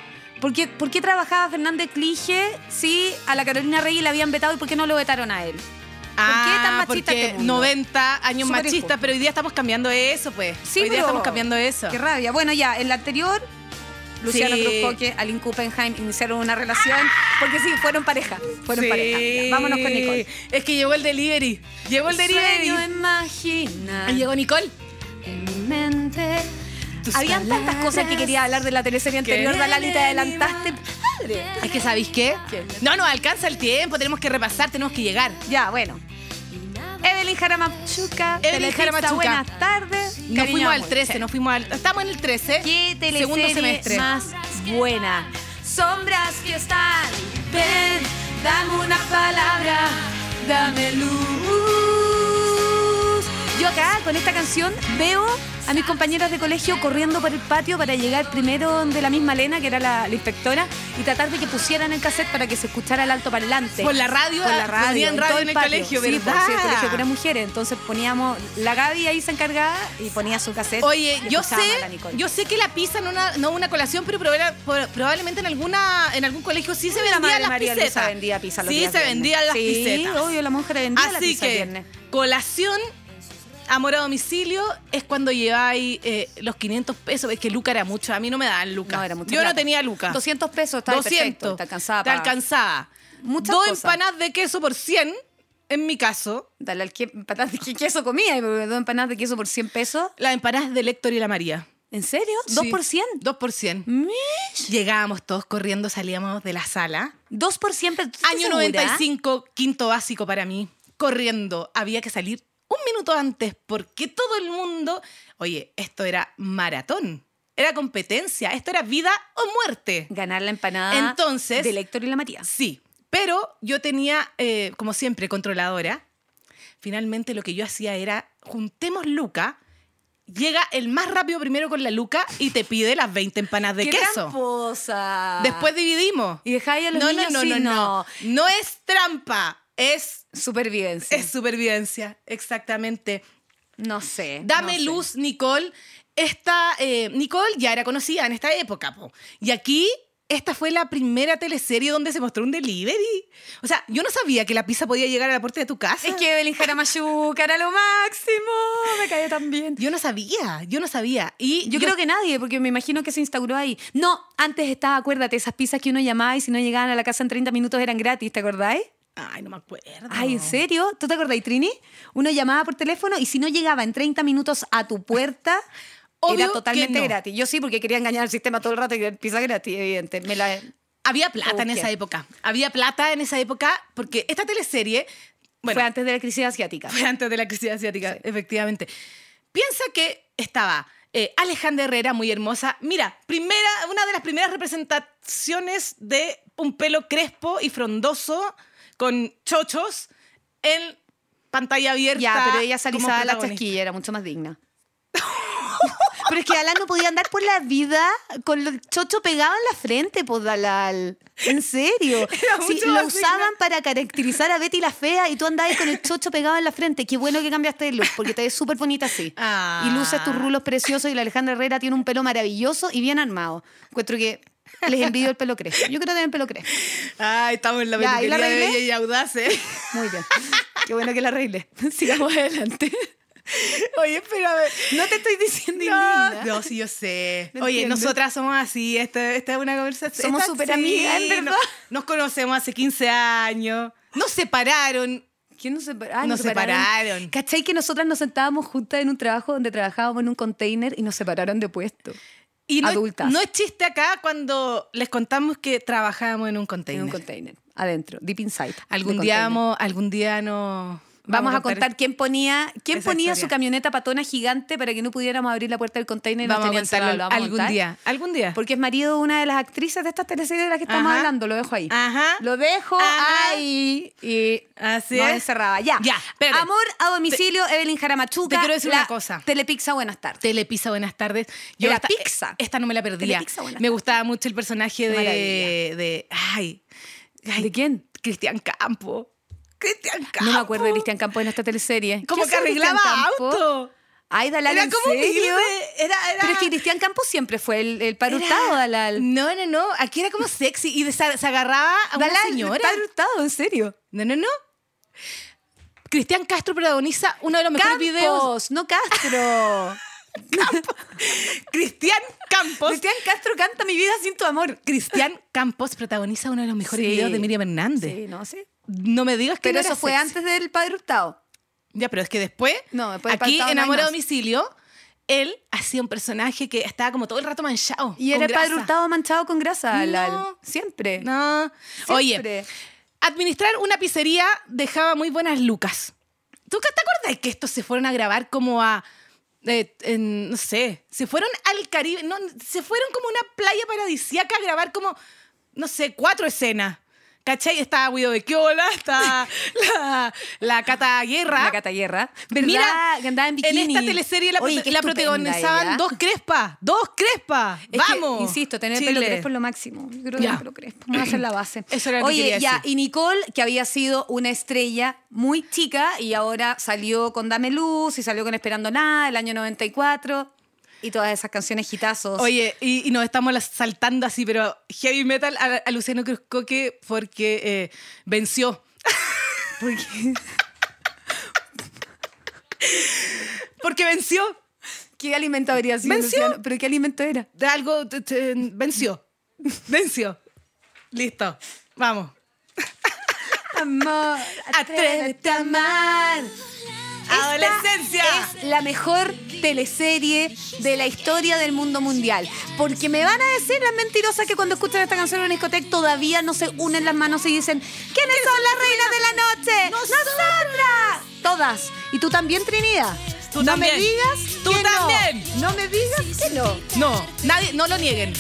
[SPEAKER 2] ¿Por qué, por qué trabajaba Fernández Clige si a la Carolina Rey la habían vetado y por qué no lo vetaron a él? qué tan machista
[SPEAKER 3] Ah, porque
[SPEAKER 2] este mundo?
[SPEAKER 3] 90 años
[SPEAKER 2] Súper
[SPEAKER 3] machistas,
[SPEAKER 2] injusto.
[SPEAKER 3] pero hoy día estamos cambiando eso, pues.
[SPEAKER 2] Sí,
[SPEAKER 3] hoy día
[SPEAKER 2] pero-
[SPEAKER 3] estamos cambiando eso.
[SPEAKER 2] Qué rabia. Bueno, ya, en la anterior, Luciano
[SPEAKER 3] Sí.
[SPEAKER 2] Cruz Coque, Aline Kuppenheim iniciaron una relación porque sí, fueron pareja. Fueron
[SPEAKER 3] Sí.
[SPEAKER 2] pareja. Ya, vámonos con Nicole.
[SPEAKER 3] Es que llegó el delivery. Llegó el delivery.
[SPEAKER 2] Sueño imagina
[SPEAKER 3] Y llegó Nicole.
[SPEAKER 2] en mi mente.
[SPEAKER 3] Tus
[SPEAKER 2] Habían tantas
[SPEAKER 4] palabras
[SPEAKER 2] cosas que quería hablar de la teleserie
[SPEAKER 3] que
[SPEAKER 2] anterior, Dalali, te
[SPEAKER 4] vienen y
[SPEAKER 2] adelantaste. Padre.
[SPEAKER 3] Es que, ¿sabéis qué?
[SPEAKER 2] ¿Qué?
[SPEAKER 3] No, no, alcanza el tiempo. Tenemos que repasar, tenemos que llegar.
[SPEAKER 2] Ya, bueno. Evelyn Jaramachuca.
[SPEAKER 3] Evelyn
[SPEAKER 2] Telepizza,
[SPEAKER 3] Jaramachuca.
[SPEAKER 2] Buenas tardes.
[SPEAKER 3] Nos
[SPEAKER 2] Cariño,
[SPEAKER 3] fuimos al
[SPEAKER 2] amor.
[SPEAKER 3] 13, nos fuimos al... Estamos en el 13.
[SPEAKER 2] ¿Qué teleserie
[SPEAKER 3] Segundo semestre.
[SPEAKER 2] más buena? Sombras que están. Ven, dame una palabra. Dame luz. Yo acá, con esta canción, veo a mis compañeras de colegio corriendo por el patio para llegar primero donde la misma Elena, que era la, la inspectora, y tratar de que pusieran el cassette para que se escuchara el alto parlante.
[SPEAKER 3] Por la radio, ah,
[SPEAKER 2] Por la radio,
[SPEAKER 3] ponían radio
[SPEAKER 2] todo
[SPEAKER 3] en el
[SPEAKER 2] patio.
[SPEAKER 3] colegio,
[SPEAKER 2] sí,
[SPEAKER 3] ¿verdad?
[SPEAKER 2] pues, sí, el colegio puras mujeres. Entonces poníamos la Gaby ahí se encargaba y ponía su cassette.
[SPEAKER 3] Oye,
[SPEAKER 2] y
[SPEAKER 3] yo sé,
[SPEAKER 2] escuchábamos a la Nicole.
[SPEAKER 3] yo sé que la pizza no una, no una colación, pero proba- por- probablemente en alguna en algún colegio sí se
[SPEAKER 2] Uy, la
[SPEAKER 3] vendían
[SPEAKER 2] madre
[SPEAKER 3] las
[SPEAKER 2] María Luisa
[SPEAKER 3] pizetas.
[SPEAKER 2] vendía pizza los
[SPEAKER 3] sí,
[SPEAKER 2] días
[SPEAKER 3] se
[SPEAKER 2] viernes.
[SPEAKER 3] vendían las
[SPEAKER 2] sí,
[SPEAKER 3] pizetas.
[SPEAKER 2] obvio, la monja vendía la
[SPEAKER 3] Así
[SPEAKER 2] pizza el
[SPEAKER 3] que
[SPEAKER 2] viernes.
[SPEAKER 3] colación amor a domicilio es cuando lleváis eh, los 500 pesos, es que Luca era mucho, a mí no me daban Luca.
[SPEAKER 2] No, era mucha
[SPEAKER 3] Yo no
[SPEAKER 2] plata.
[SPEAKER 3] tenía Luca.
[SPEAKER 2] 200 pesos, estaba 200, perfecto. Te alcanzaba
[SPEAKER 3] Te
[SPEAKER 2] para
[SPEAKER 3] alcanzaba.
[SPEAKER 2] muchas
[SPEAKER 3] Dos
[SPEAKER 2] cosas.
[SPEAKER 3] empanadas de queso por 100 en mi caso.
[SPEAKER 2] Dale al que, empanadas de que- queso comía, y me- dos empanadas de queso por 100 pesos.
[SPEAKER 3] Las empanadas de Héctor y la María.
[SPEAKER 2] ¿En serio? ¿Dos por 100?
[SPEAKER 3] 2 por 100. Llegábamos todos corriendo, salíamos de la sala.
[SPEAKER 2] ¿Dos por 100? ¿Pero tú estás
[SPEAKER 3] Año
[SPEAKER 2] segura?
[SPEAKER 3] 95, quinto básico para mí. Corriendo. Había que salir un minuto antes porque todo el mundo... Oye, esto era maratón. Era competencia. Esto era vida o muerte.
[SPEAKER 2] Ganar la empanada
[SPEAKER 3] Entonces-
[SPEAKER 2] del Héctor y Ah, la María.
[SPEAKER 3] Sí. Pero yo tenía, eh, como siempre, controladora. Finalmente lo que yo hacía era, juntemos Luca. Llega el más rápido primero con la Luca y te pide las 20 empanadas de
[SPEAKER 2] ¡Qué
[SPEAKER 3] queso.
[SPEAKER 2] tramposa!
[SPEAKER 3] Después dividimos.
[SPEAKER 2] Y dejáis a los
[SPEAKER 3] no,
[SPEAKER 2] niños
[SPEAKER 3] no, no,
[SPEAKER 2] sin-
[SPEAKER 3] no, no. No es trampa, es,
[SPEAKER 2] Supervivencia.
[SPEAKER 3] es supervivencia, exactamente.
[SPEAKER 2] No sé.
[SPEAKER 3] Dame
[SPEAKER 2] Eh, no sé.
[SPEAKER 3] luz, Nicole. Esta, eh, Nicole ya era conocida en esta época, po. y aquí esta fue la primera teleserie donde se mostró un delivery. O sea, yo no sabía que la pizza podía llegar a la puerta de tu casa.
[SPEAKER 2] Es que Evelyn Jaramayuca era lo máximo. Me caía tan bien.
[SPEAKER 3] Yo no sabía, yo no sabía. Y
[SPEAKER 2] Yo creo que nadie, porque me imagino que se instauró ahí. No, antes estaba, acuérdate, esas pizzas que uno llamaba y si no llegaban a la casa en 30 minutos eran gratis, ¿te acordáis?
[SPEAKER 3] Ay, Ah, no me acuerdo.
[SPEAKER 2] Ay, ¿en serio? ¿Tú te acordáis, Trini? Uno llamaba por teléfono y si no llegaba en 30 minutos a tu puerta,
[SPEAKER 3] Obvio
[SPEAKER 2] era totalmente
[SPEAKER 3] que no.
[SPEAKER 2] gratis. Yo sí, porque quería engañar al sistema todo el rato y era pizza gratis, evidente. Me la...
[SPEAKER 3] Había plata en
[SPEAKER 2] Ok.
[SPEAKER 3] esa época. Había plata en esa época porque esta teleserie, bueno,
[SPEAKER 2] Fue antes de la crisis asiática.
[SPEAKER 3] fue antes de la crisis asiática, efectivamente. Piensa que estaba eh, Alejandra Herrera, muy hermosa. Mira, primera, una de las primeras representaciones de un pelo crespo y frondoso con chochos en pantalla abierta.
[SPEAKER 2] Ya, pero ella se
[SPEAKER 3] como
[SPEAKER 2] alisaba la
[SPEAKER 3] protagonista.
[SPEAKER 2] chasquilla, era mucho más digna. pero es que Alan no podía andar por la vida con el chocho pegado en la frente, pues Dalal. En serio.
[SPEAKER 3] Era
[SPEAKER 2] Sí,
[SPEAKER 3] mucho
[SPEAKER 2] lo
[SPEAKER 3] más
[SPEAKER 2] usaban
[SPEAKER 3] digna.
[SPEAKER 2] para caracterizar a Betty la fea y tú andabas con el chocho pegado en la frente. Qué bueno que cambiaste de look, porque te ves súper bonita así.
[SPEAKER 3] Ah.
[SPEAKER 2] Y luces tus rulos preciosos y la Alejandra Herrera tiene un pelo maravilloso y bien armado. Encuentro que les envidio el pelo crespo. Yo quiero tener el pelo crespo.
[SPEAKER 3] Ay, estamos en la
[SPEAKER 2] Ya, ¿y la
[SPEAKER 3] peluquería de
[SPEAKER 2] arreglé?
[SPEAKER 3] Bella y Audaz, ¿eh?
[SPEAKER 2] Muy bien. Qué bueno que la arreglé. Sigamos adelante.
[SPEAKER 3] Oye, espérame.
[SPEAKER 2] No te estoy diciendo
[SPEAKER 3] No,
[SPEAKER 2] indigna.
[SPEAKER 3] no, sí, yo sé.
[SPEAKER 2] No
[SPEAKER 3] Oye,
[SPEAKER 2] entiendo.
[SPEAKER 3] nosotras somos así. Esta, esta es una conversación.
[SPEAKER 2] Somos
[SPEAKER 3] esta-
[SPEAKER 2] superamigas, en verdad.
[SPEAKER 3] no- Nos conocemos hace 15 años. Nos separaron.
[SPEAKER 2] ¿Quién nos separa- ah,
[SPEAKER 3] Nos separaron.
[SPEAKER 2] ¿Cachai que nosotras nos sentábamos juntas en un trabajo donde trabajábamos en un container y nos separaron de puesto?
[SPEAKER 3] Y no,
[SPEAKER 2] Adultas.
[SPEAKER 3] no es chiste acá cuando les contamos que trabajábamos en un container.
[SPEAKER 2] En un container, adentro, deep inside.
[SPEAKER 3] algún,
[SPEAKER 2] del
[SPEAKER 3] día
[SPEAKER 2] container.
[SPEAKER 3] vamos- algún día no.
[SPEAKER 2] Vamos a contar quién ponía, quién
[SPEAKER 3] esa
[SPEAKER 2] ponía su
[SPEAKER 3] historia.
[SPEAKER 2] camioneta patona gigante para que no pudiéramos abrir la puerta del container y nos
[SPEAKER 3] Vamos a
[SPEAKER 2] tenían cerrado.
[SPEAKER 3] contarlo
[SPEAKER 2] Lo vamos a
[SPEAKER 3] algún
[SPEAKER 2] contar.
[SPEAKER 3] día. Algún día.
[SPEAKER 2] Porque es marido de una de las actrices de estas teleseries de las que estamos
[SPEAKER 3] Ajá. Ah.
[SPEAKER 2] hablando, lo dejo ahí.
[SPEAKER 3] Ajá.
[SPEAKER 2] Lo dejo
[SPEAKER 3] Ajá.
[SPEAKER 2] ahí y
[SPEAKER 3] Así
[SPEAKER 2] nos
[SPEAKER 3] es.
[SPEAKER 2] encerraba. Ya.
[SPEAKER 3] ¿eh? Ya, espérate.
[SPEAKER 2] Amor a domicilio, Evelyn Jaramachuca.
[SPEAKER 3] te quiero decir
[SPEAKER 2] la
[SPEAKER 3] una cosa.
[SPEAKER 2] Telepizza, buenas tardes.
[SPEAKER 3] Telepizza, buenas tardes.
[SPEAKER 2] Era
[SPEAKER 3] esta,
[SPEAKER 2] pizza.
[SPEAKER 3] Esta no me la perdía.
[SPEAKER 2] Telepizza, buenas
[SPEAKER 3] me gustaba mucho el personaje
[SPEAKER 2] Qué
[SPEAKER 3] de,
[SPEAKER 2] maravilla.
[SPEAKER 3] de. Ay. ay,
[SPEAKER 2] ¿De quién?
[SPEAKER 3] Cristian Campo. Cristian Campo.
[SPEAKER 2] No me acuerdo de Cristian Campo en esta teleserie.
[SPEAKER 3] Como
[SPEAKER 2] ¿Qué
[SPEAKER 3] que
[SPEAKER 2] hacía Cristian
[SPEAKER 3] arreglaba
[SPEAKER 2] Campo?
[SPEAKER 3] auto.
[SPEAKER 2] Ay, Dalal,
[SPEAKER 3] era
[SPEAKER 2] ¿en
[SPEAKER 3] como
[SPEAKER 2] serio?
[SPEAKER 3] humilde, Era, era.
[SPEAKER 2] Pero es que Cristian Campo siempre fue el, el
[SPEAKER 3] era-
[SPEAKER 2] parutado, Dalal.
[SPEAKER 3] No, no, no. Aquí era como sexy y desa- se agarraba a una
[SPEAKER 2] Dalal,
[SPEAKER 3] señora.
[SPEAKER 2] parutado, en serio.
[SPEAKER 3] No, no, no. Cristian Castro protagoniza uno de los mejores videos.
[SPEAKER 2] Campos, no Castro.
[SPEAKER 3] Cristian Campos.
[SPEAKER 2] Cristian Castro canta Mi vida sin tu amor.
[SPEAKER 3] Cristian Campos protagoniza uno de los mejores
[SPEAKER 2] Sí.
[SPEAKER 3] videos de Miriam Hernández.
[SPEAKER 2] Sí, no sé.
[SPEAKER 3] No me digas que
[SPEAKER 2] Pero
[SPEAKER 3] no
[SPEAKER 2] eso
[SPEAKER 3] era
[SPEAKER 2] fue
[SPEAKER 3] sexy.
[SPEAKER 2] antes del Padre Hurtado.
[SPEAKER 3] Ya, pero es que después,
[SPEAKER 2] No, después del Padre
[SPEAKER 3] aquí
[SPEAKER 2] Hurtado
[SPEAKER 3] en
[SPEAKER 2] no hay
[SPEAKER 3] Amor a
[SPEAKER 2] más.
[SPEAKER 3] Domicilio, él hacía un personaje que estaba como todo el rato manchado.
[SPEAKER 2] Y
[SPEAKER 3] con
[SPEAKER 2] era el Padre
[SPEAKER 3] grasa.
[SPEAKER 2] Hurtado manchado con grasa, Dalal.
[SPEAKER 3] No.
[SPEAKER 2] Siempre.
[SPEAKER 3] No. Oye,
[SPEAKER 2] Siempre.
[SPEAKER 3] administrar una pizzería dejaba muy buenas lucas. ¿Tú qué- te acuerdas que estos se fueron a grabar como a... eh, en- no sé, se fueron al Caribe, no, se fueron como a una playa paradisíaca a grabar como, no sé, cuatro escenas. ¿Cachai? Estaba Guido de Quiola, está la, la Cata Guerra.
[SPEAKER 2] La Cataguerra. ¿Verdad?
[SPEAKER 3] Mira,
[SPEAKER 2] que andaba en bikini.
[SPEAKER 3] En esta teleserie la,
[SPEAKER 2] Oye,
[SPEAKER 3] prota-
[SPEAKER 2] qué
[SPEAKER 3] la
[SPEAKER 2] estupenda
[SPEAKER 3] protagonizaban
[SPEAKER 2] ella.
[SPEAKER 3] dos crespas. ¡Dos crespas!
[SPEAKER 2] Es que,
[SPEAKER 3] ¡Vamos!
[SPEAKER 2] insisto, tener
[SPEAKER 3] Chile.
[SPEAKER 2] pelo crespo es lo máximo. Yo creo que
[SPEAKER 3] Ya.
[SPEAKER 2] el pelo crespo. Vamos a hacer la base.
[SPEAKER 3] Eso era lo que
[SPEAKER 2] Oye,
[SPEAKER 3] quería
[SPEAKER 2] ya,
[SPEAKER 3] decir.
[SPEAKER 2] y Nicole, que había sido una estrella muy chica y ahora salió con Dame Luz y salió con Esperando Nada el año 94 y todas esas canciones hitazos.
[SPEAKER 3] Oye, y, y nos estamos las- saltando así, pero heavy metal a, a Luciano Cruzcoque porque eh, venció. Porque venció.
[SPEAKER 2] ¿Qué alimento habría sido,
[SPEAKER 3] ¿Venció?
[SPEAKER 2] Luciano? ¿Pero qué alimento era?
[SPEAKER 3] De algo. te- te- venció. Venció. Listo. Vamos.
[SPEAKER 2] Amor,
[SPEAKER 3] Atrévete
[SPEAKER 2] atrévete a amar.
[SPEAKER 3] Adolescencia.
[SPEAKER 2] Es la mejor teleserie de la historia del mundo mundial. Porque me van a decir las mentirosas que cuando escuchan esta canción en una discoteca todavía no se unen las manos y dicen: ¿Quiénes, son las reinas de la noche?
[SPEAKER 3] ¡Nosotras!
[SPEAKER 2] ¡Nosotras! Todas. Y tú también, Trinidad.
[SPEAKER 3] Tú
[SPEAKER 2] no
[SPEAKER 3] también.
[SPEAKER 2] me digas.
[SPEAKER 3] Tú
[SPEAKER 2] que no.
[SPEAKER 3] también.
[SPEAKER 2] No. me digas que no.
[SPEAKER 3] No, nadie, no lo nieguen.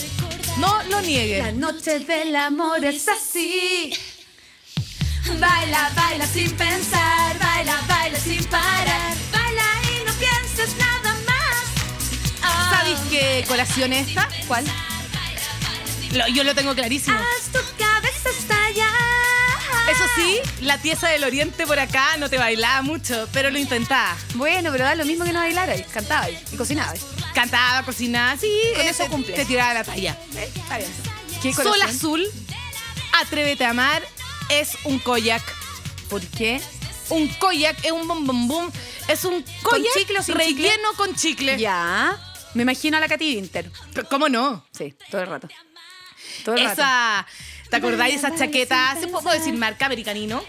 [SPEAKER 3] No lo
[SPEAKER 2] La
[SPEAKER 3] nieguen.
[SPEAKER 2] noche del amor es así. Baila, baila sin pensar, baila, baila sin parar, baila y no pienses nada más. Ah,
[SPEAKER 3] ¿Sabéis qué colación es esta?
[SPEAKER 2] ¿Cuál?
[SPEAKER 3] Lo- yo lo tengo clarísimo.
[SPEAKER 2] Haz tu cabeza estallar.
[SPEAKER 3] Eso sí, la tiesa del oriente por acá no te bailaba mucho, pero lo intentaba.
[SPEAKER 2] Bueno, pero da lo mismo que no bailara, cantaba y cocinaba.
[SPEAKER 3] Cantaba, cocinaba, sí.
[SPEAKER 2] Con
[SPEAKER 3] eh,
[SPEAKER 2] eso
[SPEAKER 3] te-
[SPEAKER 2] cumple.
[SPEAKER 3] Te tiraba la talla.
[SPEAKER 2] Está bien. ¿Qué
[SPEAKER 3] Sol
[SPEAKER 2] corazón?
[SPEAKER 3] Azul, Atrévete a Amar, es un koyak.
[SPEAKER 2] ¿Por qué?
[SPEAKER 3] Un koyak es un bom bom bum. Es un
[SPEAKER 2] ¿Con
[SPEAKER 3] koyak
[SPEAKER 2] chicle o sin chicle?
[SPEAKER 3] relleno con chicle.
[SPEAKER 2] Ya. Me imagino a la Katy Winter.
[SPEAKER 3] Pero ¿Cómo no?
[SPEAKER 2] Sí, todo el rato. Todo el rato.
[SPEAKER 3] Esa. ¿Te acordáis de esa chaqueta? ¿Se puedo decir marca americanino?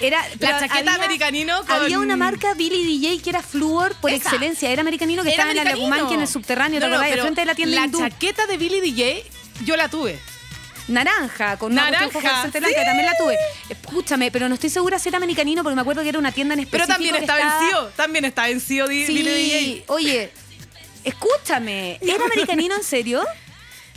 [SPEAKER 2] Era, pero
[SPEAKER 3] chaqueta americanino con-
[SPEAKER 2] Había una marca Billy DJ que era Fluor por
[SPEAKER 3] Esa.
[SPEAKER 2] excelencia. Era americanino que
[SPEAKER 3] Era
[SPEAKER 2] estaba en la
[SPEAKER 3] americanino.
[SPEAKER 2] Legumanqui en el subterráneo,
[SPEAKER 3] No,
[SPEAKER 2] ¿te
[SPEAKER 3] no,
[SPEAKER 2] acordás?
[SPEAKER 3] pero
[SPEAKER 2] frente de la tienda
[SPEAKER 3] La
[SPEAKER 2] hindú.
[SPEAKER 3] chaqueta de Billy DJ, yo la tuve.
[SPEAKER 2] Naranja, con una
[SPEAKER 3] Naranja,
[SPEAKER 2] cuestión fosforescente
[SPEAKER 3] sí.
[SPEAKER 2] blanca, que también la tuve. Escúchame, pero no estoy segura si era americanino porque me acuerdo que era una tienda en específico.
[SPEAKER 3] Pero también
[SPEAKER 2] que
[SPEAKER 3] está
[SPEAKER 2] estaba-
[SPEAKER 3] vencido. También está vencido Di-
[SPEAKER 2] Sí,
[SPEAKER 3] Billy DJ.
[SPEAKER 2] oye, escúchame, ¿era americanino en serio?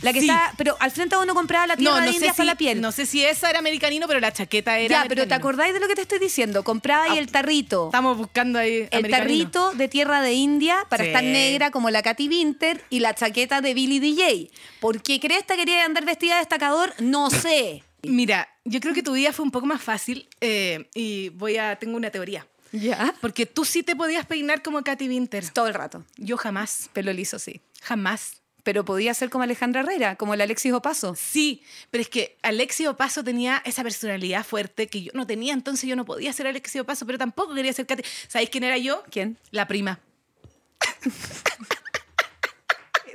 [SPEAKER 2] La que
[SPEAKER 3] Sí.
[SPEAKER 2] está, pero al frente uno compraba la tierra
[SPEAKER 3] No,
[SPEAKER 2] de
[SPEAKER 3] no sé,
[SPEAKER 2] indias
[SPEAKER 3] si,
[SPEAKER 2] para la piel.
[SPEAKER 3] no sé si esa era americanino, pero la chaqueta era.
[SPEAKER 2] ya, pero ¿te
[SPEAKER 3] americanino.
[SPEAKER 2] acordáis de lo que te estoy diciendo? Compraba ahí
[SPEAKER 3] Ah,
[SPEAKER 2] el tarrito.
[SPEAKER 3] Estamos buscando ahí.
[SPEAKER 2] El
[SPEAKER 3] americanino.
[SPEAKER 2] tarrito de tierra de India para
[SPEAKER 3] Sí.
[SPEAKER 2] estar negra como la Katy Winter y la chaqueta de Billy DJ. ¿Por qué crees que quería andar vestida de destacador? No sé.
[SPEAKER 3] Mira, yo creo que tu día fue un poco más fácil eh, y voy a. Tengo una teoría.
[SPEAKER 2] ¿Ya?
[SPEAKER 3] Porque tú sí te podías peinar como Katy Winter.
[SPEAKER 2] Todo el rato.
[SPEAKER 3] Yo jamás.
[SPEAKER 2] Pelo liso, sí.
[SPEAKER 3] Jamás.
[SPEAKER 2] Pero podía ser como Alejandra Herrera, como la Alexis Opaso.
[SPEAKER 3] Sí, pero es que Alexis Opaso tenía esa personalidad fuerte que yo no tenía, entonces yo no podía ser Alexis Opaso, pero tampoco quería ser Katy. ¿Sabéis quién era yo?
[SPEAKER 2] ¿Quién?
[SPEAKER 3] La prima.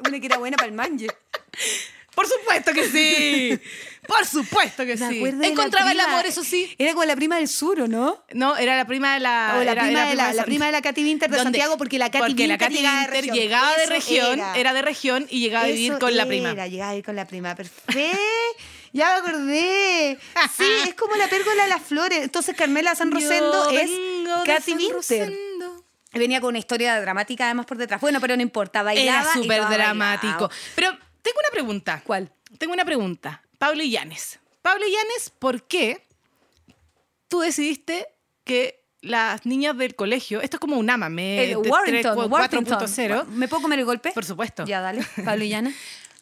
[SPEAKER 2] Una que era buena para el manje.
[SPEAKER 3] Por supuesto que sí. Por supuesto que
[SPEAKER 2] Me
[SPEAKER 3] sí.
[SPEAKER 2] acuerdo de la
[SPEAKER 3] Encontraba el
[SPEAKER 2] prima.
[SPEAKER 3] amor, eso sí.
[SPEAKER 2] Era como la prima del sur, ¿o no?
[SPEAKER 3] No, era la prima de la.
[SPEAKER 2] o la,
[SPEAKER 3] era-
[SPEAKER 2] prima
[SPEAKER 3] era
[SPEAKER 2] de la, la
[SPEAKER 3] San-
[SPEAKER 2] prima de la Katy Winter de
[SPEAKER 3] ¿Dónde?
[SPEAKER 2] Santiago, porque la Katy
[SPEAKER 3] Porque
[SPEAKER 2] Winter,
[SPEAKER 3] la Katy
[SPEAKER 2] llegaba de
[SPEAKER 3] Winter
[SPEAKER 2] región.
[SPEAKER 3] llegaba de
[SPEAKER 2] Eso
[SPEAKER 3] región, era.
[SPEAKER 2] era.
[SPEAKER 3] de región y llegaba a vivir
[SPEAKER 2] Eso
[SPEAKER 3] con la prima.
[SPEAKER 2] Era, llegaba a vivir con la prima. Perfecto. Ya me acordé. Sí, es como la pérgola de las flores. Entonces Carmela San Rosendo
[SPEAKER 3] Yo
[SPEAKER 2] es
[SPEAKER 3] vengo de
[SPEAKER 2] Katy
[SPEAKER 3] San
[SPEAKER 2] Winter.
[SPEAKER 3] Rosendo.
[SPEAKER 2] Venía con una historia dramática además por detrás. Bueno, pero no importa, bailaba.
[SPEAKER 3] Era
[SPEAKER 2] y
[SPEAKER 3] súper
[SPEAKER 2] todas
[SPEAKER 3] dramático.
[SPEAKER 2] bailaban.
[SPEAKER 3] Pero tengo una pregunta.
[SPEAKER 2] ¿Cuál?
[SPEAKER 3] Tengo una pregunta. Pablo Illanes. Pablo Illanes, ¿por qué tú decidiste que las niñas del colegio, esto es como un amame,
[SPEAKER 2] El
[SPEAKER 3] de
[SPEAKER 2] Warrington,
[SPEAKER 3] 3, 4.0,
[SPEAKER 2] Warrington. ¿Me puedo comer el golpe?
[SPEAKER 3] por supuesto.
[SPEAKER 2] Ya, dale, Pablo y Yana.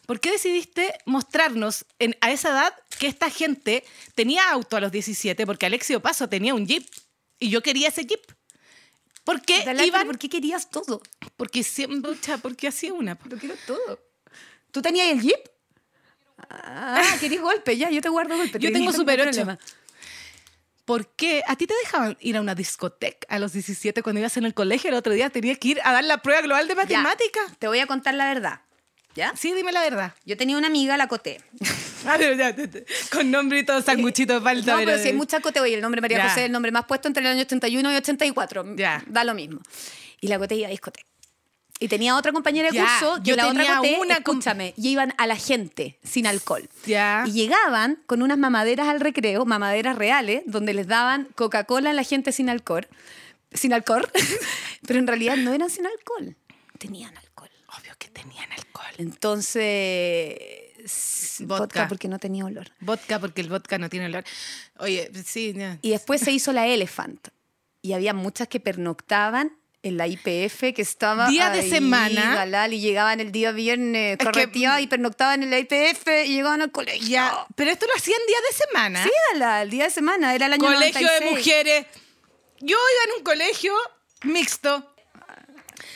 [SPEAKER 3] ¿Por qué decidiste mostrarnos en- a esa edad que esta gente tenía auto a los 17? Porque Alexio Paso tenía un jeep y yo quería ese jeep. ¿Por qué
[SPEAKER 2] Dale,
[SPEAKER 3] iban?
[SPEAKER 2] pero ¿por qué querías todo?
[SPEAKER 3] Porque siempre, pucha, porque hacía una.
[SPEAKER 2] Lo quiero todo. ¿Tú tenías el jeep? Ah, querés golpe, ya, yo te guardo golpe.
[SPEAKER 3] Yo
[SPEAKER 2] te-
[SPEAKER 3] tengo
[SPEAKER 2] no
[SPEAKER 3] super
[SPEAKER 2] ningún
[SPEAKER 3] 8.
[SPEAKER 2] problema.
[SPEAKER 3] ¿Por qué? ¿A ti te dejaban ir a una discoteca a los 17 cuando ibas en el colegio? El otro día tenías que ir a dar la prueba global de
[SPEAKER 2] Ya,
[SPEAKER 3] matemática.
[SPEAKER 2] Te voy a contar la verdad. ¿Ya?
[SPEAKER 3] Sí, dime la verdad.
[SPEAKER 2] Yo tenía una amiga, la Coté.
[SPEAKER 3] A ver, ya, te- te- con nombre y todo, sanguchito de falta.
[SPEAKER 2] No, pero si hay mucha Coté, oye, el nombre María
[SPEAKER 3] Ya.
[SPEAKER 2] José es el nombre más puesto entre el año 81 y 84.
[SPEAKER 3] Ya.
[SPEAKER 2] Da lo mismo. Y la Coté iba a discoteca. Y tenía otra compañera de
[SPEAKER 3] Ya,
[SPEAKER 2] curso, que
[SPEAKER 3] yo
[SPEAKER 2] la otra
[SPEAKER 3] tenía
[SPEAKER 2] Coté,
[SPEAKER 3] una com-
[SPEAKER 2] escúchame, y iban a la gente sin alcohol.
[SPEAKER 3] Ya.
[SPEAKER 2] Y llegaban con unas mamaderas al recreo, mamaderas reales, donde les daban Coca-Cola a la gente sin alcohol. Sin alcohol. pero en realidad no eran sin alcohol. Tenían alcohol.
[SPEAKER 3] Obvio que tenían alcohol.
[SPEAKER 2] Entonces, s- vodka.
[SPEAKER 3] Vodka.
[SPEAKER 2] porque no tenía olor.
[SPEAKER 3] Vodka, porque el vodka no tiene olor. Oye, sí, ya.
[SPEAKER 2] Y después se hizo la Elephant. Y había muchas que pernoctaban en la IPF que estaba
[SPEAKER 3] Día de
[SPEAKER 2] ahí,
[SPEAKER 3] semana.
[SPEAKER 2] galal, y llegaban el día viernes,
[SPEAKER 3] que-
[SPEAKER 2] correteaban y pernoctaban en la IPF y llegaban al colegio.
[SPEAKER 3] Ya, Oh. pero esto lo hacían día de semana.
[SPEAKER 2] Sí, galal, el día de semana, era el año
[SPEAKER 3] colegio de
[SPEAKER 2] 96.
[SPEAKER 3] mujeres. Yo iba en un colegio mixto.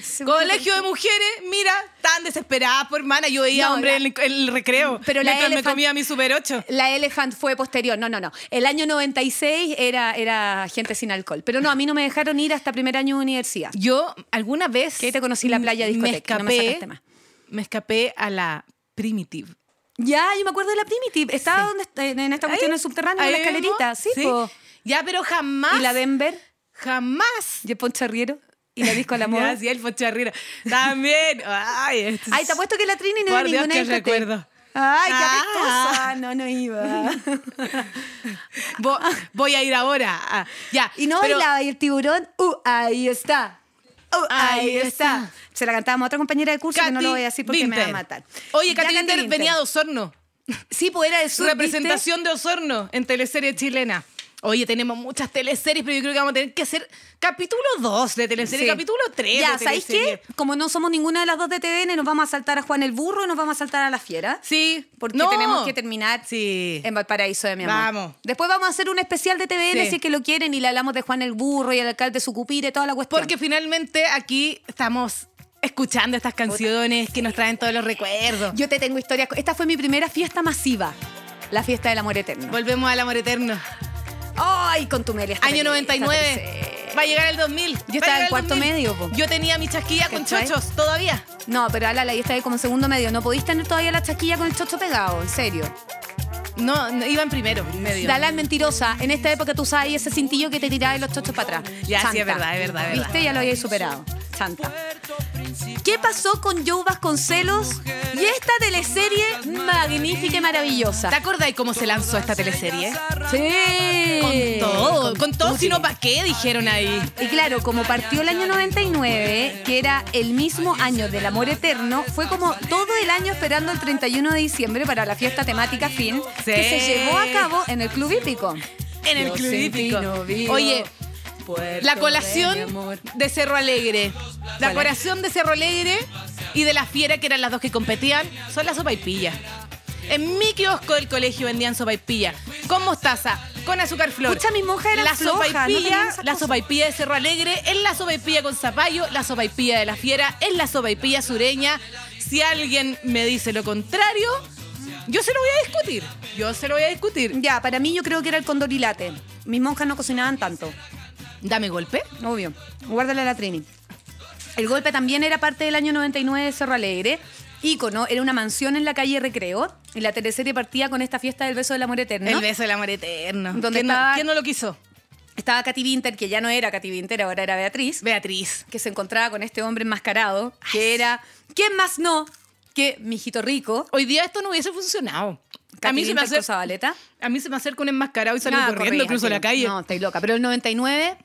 [SPEAKER 2] Sí,
[SPEAKER 3] Colegio de mujeres, mira, tan desesperada por hermana. Yo veía
[SPEAKER 2] No,
[SPEAKER 3] hombre
[SPEAKER 2] la-
[SPEAKER 3] en el, en el recreo.
[SPEAKER 2] Pero la E
[SPEAKER 3] mientras me
[SPEAKER 2] elefant-
[SPEAKER 3] comía mi super 8.
[SPEAKER 2] La Elephant fue posterior, no, no, no. El año 96 era, era gente sin alcohol. Pero no, a mí no me dejaron ir hasta primer año de universidad.
[SPEAKER 3] Yo alguna vez.
[SPEAKER 2] Que ahí te conocí la playa discoteca, no me sacaste más.
[SPEAKER 3] me escapé a la Primitive.
[SPEAKER 2] Ya, yo me acuerdo de la Primitive. Estaba
[SPEAKER 3] Sí.
[SPEAKER 2] donde est- en en esta cuestión
[SPEAKER 3] Ahí-
[SPEAKER 2] en subterráneo, en Ah, la
[SPEAKER 3] ahí mismo,
[SPEAKER 2] escalerita. Sí, po.
[SPEAKER 3] Ya, pero jamás.
[SPEAKER 2] Y la Denver,
[SPEAKER 3] Jamás.
[SPEAKER 2] y el Poncharriero, y la Disco de la
[SPEAKER 3] Ya,
[SPEAKER 2] Moda.
[SPEAKER 3] sí, el pocharrero. También. Ay, esto
[SPEAKER 2] Ay,
[SPEAKER 3] es-
[SPEAKER 2] te apuesto que la Trini pues, no
[SPEAKER 3] Por
[SPEAKER 2] era
[SPEAKER 3] Dios,
[SPEAKER 2] ninguna
[SPEAKER 3] qué
[SPEAKER 2] discoteca.
[SPEAKER 3] recuerdo.
[SPEAKER 2] Ay, qué
[SPEAKER 3] Ah.
[SPEAKER 2] apestosa. No, no iba.
[SPEAKER 3] Vo- Voy a ir ahora. Ah, ya.
[SPEAKER 2] Y no
[SPEAKER 3] pero-
[SPEAKER 2] bailaba, y el tiburón, uh, ahí está. Uh, ahí,
[SPEAKER 3] Ahí
[SPEAKER 2] está.
[SPEAKER 3] está.
[SPEAKER 2] Se la cantábamos a otra compañera de curso que no
[SPEAKER 3] Katy
[SPEAKER 2] lo voy a decir porque me va a
[SPEAKER 3] Winter.
[SPEAKER 2] matar.
[SPEAKER 3] Oye,
[SPEAKER 2] Ya,
[SPEAKER 3] Katy Winter venía de Osorno.
[SPEAKER 2] Sí, pues era de sur, ¿viste?
[SPEAKER 3] Representación de Osorno en teleserie chilena. Oye, tenemos muchas teleseries, pero yo creo que vamos a tener que hacer capítulo 2 de teleserie,
[SPEAKER 2] Sí.
[SPEAKER 3] capítulo 3
[SPEAKER 2] Ya,
[SPEAKER 3] de
[SPEAKER 2] ¿sabéis
[SPEAKER 3] teleserie.
[SPEAKER 2] qué? Como no somos ninguna de las dos de TVN, nos vamos a saltar a Juan el Burro y nos vamos a saltar a la fiera.
[SPEAKER 3] Sí.
[SPEAKER 2] Porque
[SPEAKER 3] No.
[SPEAKER 2] tenemos que terminar
[SPEAKER 3] Sí.
[SPEAKER 2] en Valparaíso de mi amor.
[SPEAKER 3] Vamos.
[SPEAKER 2] Después vamos a hacer un especial de TVN
[SPEAKER 3] Sí.
[SPEAKER 2] si es que lo quieren y le hablamos de Juan el Burro y el alcalde Sucupire, toda la cuestión.
[SPEAKER 3] Porque finalmente aquí estamos escuchando estas canciones que nos traen todos los recuerdos.
[SPEAKER 2] Yo te tengo historias. Esta fue mi primera fiesta masiva. La fiesta del amor eterno.
[SPEAKER 3] Volvemos al amor eterno.
[SPEAKER 2] ¡Ay, con tu media!
[SPEAKER 3] Año 99. Va a llegar el 2000.
[SPEAKER 2] Yo estaba en cuarto medio, po.
[SPEAKER 3] Yo tenía mi chasquilla con
[SPEAKER 2] ¿Cachai?
[SPEAKER 3] chochos todavía.
[SPEAKER 2] No, pero ala, la está ahí como segundo medio. No podís tener todavía la chaquilla con el chocho pegado, en serio.
[SPEAKER 3] No, no, iba en primero, medio.
[SPEAKER 2] Dala es mentirosa. En esta época tú usabas ahí ese cintillo que te tiraba los chochos para atrás.
[SPEAKER 3] Ya, sí,
[SPEAKER 2] Chanta.
[SPEAKER 3] es verdad, es verdad, es verdad.
[SPEAKER 2] Viste, ya lo habíais superado. Santa. ¿Qué pasó con Joe Vasconcelos y esta teleserie magnífica y
[SPEAKER 3] ¿Te
[SPEAKER 2] maravillosa?
[SPEAKER 3] acordás cómo se lanzó esta teleserie?
[SPEAKER 2] Sí.
[SPEAKER 3] Con todo, con todo, si no, ¿para qué? Dijeron ahí.
[SPEAKER 2] Y claro, como partió el año 99, que era el mismo año del amor eterno, fue como todo el año esperando el 31 de diciembre para la fiesta temática fin,
[SPEAKER 3] Sí.
[SPEAKER 2] que se llevó a cabo en el Club Hípico.
[SPEAKER 3] En el
[SPEAKER 2] Yo
[SPEAKER 3] club
[SPEAKER 2] sin ti
[SPEAKER 3] hípico.
[SPEAKER 2] no vivo.
[SPEAKER 3] Oye, la
[SPEAKER 2] de mi
[SPEAKER 3] colación
[SPEAKER 2] amor.
[SPEAKER 3] de Cerro Alegre. La
[SPEAKER 2] es?
[SPEAKER 3] colación de Cerro Alegre y de la fiera, que eran las dos que competían, son las sopaipillas. En mi kiosco del colegio vendían sopaipilla con mostaza, con azúcar flor.
[SPEAKER 2] Pucha, mi monja era
[SPEAKER 3] la
[SPEAKER 2] floja, no
[SPEAKER 3] sopaipilla,
[SPEAKER 2] tenían esas
[SPEAKER 3] la
[SPEAKER 2] cosas.
[SPEAKER 3] sopaipilla de Cerro Alegre, es la sopaipilla con zapallo, la sopaipilla de la fiera, es la sopaipilla sureña. Si alguien me dice lo contrario, yo se lo voy a discutir. Yo se lo voy a discutir.
[SPEAKER 2] Ya, para mí yo creo que era el condorilate. Mis monjas no cocinaban tanto,
[SPEAKER 3] Dame golpe.
[SPEAKER 2] obvio. Guárdale a la Trini. El golpe también era parte del año 99 de Cerro Alegre. Ícono, era una mansión en la calle Recreo. Y la teleserie partía con esta fiesta del beso del amor eterno.
[SPEAKER 3] El beso del amor eterno.
[SPEAKER 2] Donde
[SPEAKER 3] ¿Quién, no-
[SPEAKER 2] estaba-
[SPEAKER 3] quién no, lo quiso?
[SPEAKER 2] Estaba Katy Winter, que ya no era Katy Winter, ahora era Beatriz,
[SPEAKER 3] Beatriz.
[SPEAKER 2] que se encontraba con este hombre enmascarado, que era, ¿quién más no que mi hijito rico?
[SPEAKER 3] Hoy día esto no hubiese funcionado.
[SPEAKER 2] Katy
[SPEAKER 3] a, mí se me
[SPEAKER 2] Winter con
[SPEAKER 3] acerca,
[SPEAKER 2] Zabaleta.
[SPEAKER 3] a mí se me acerca un enmascarado y salgo
[SPEAKER 2] Nada,
[SPEAKER 3] corriendo,
[SPEAKER 2] corría,
[SPEAKER 3] cruzo la
[SPEAKER 2] sí.
[SPEAKER 3] calle.
[SPEAKER 2] No, estáis loca. Pero el 99,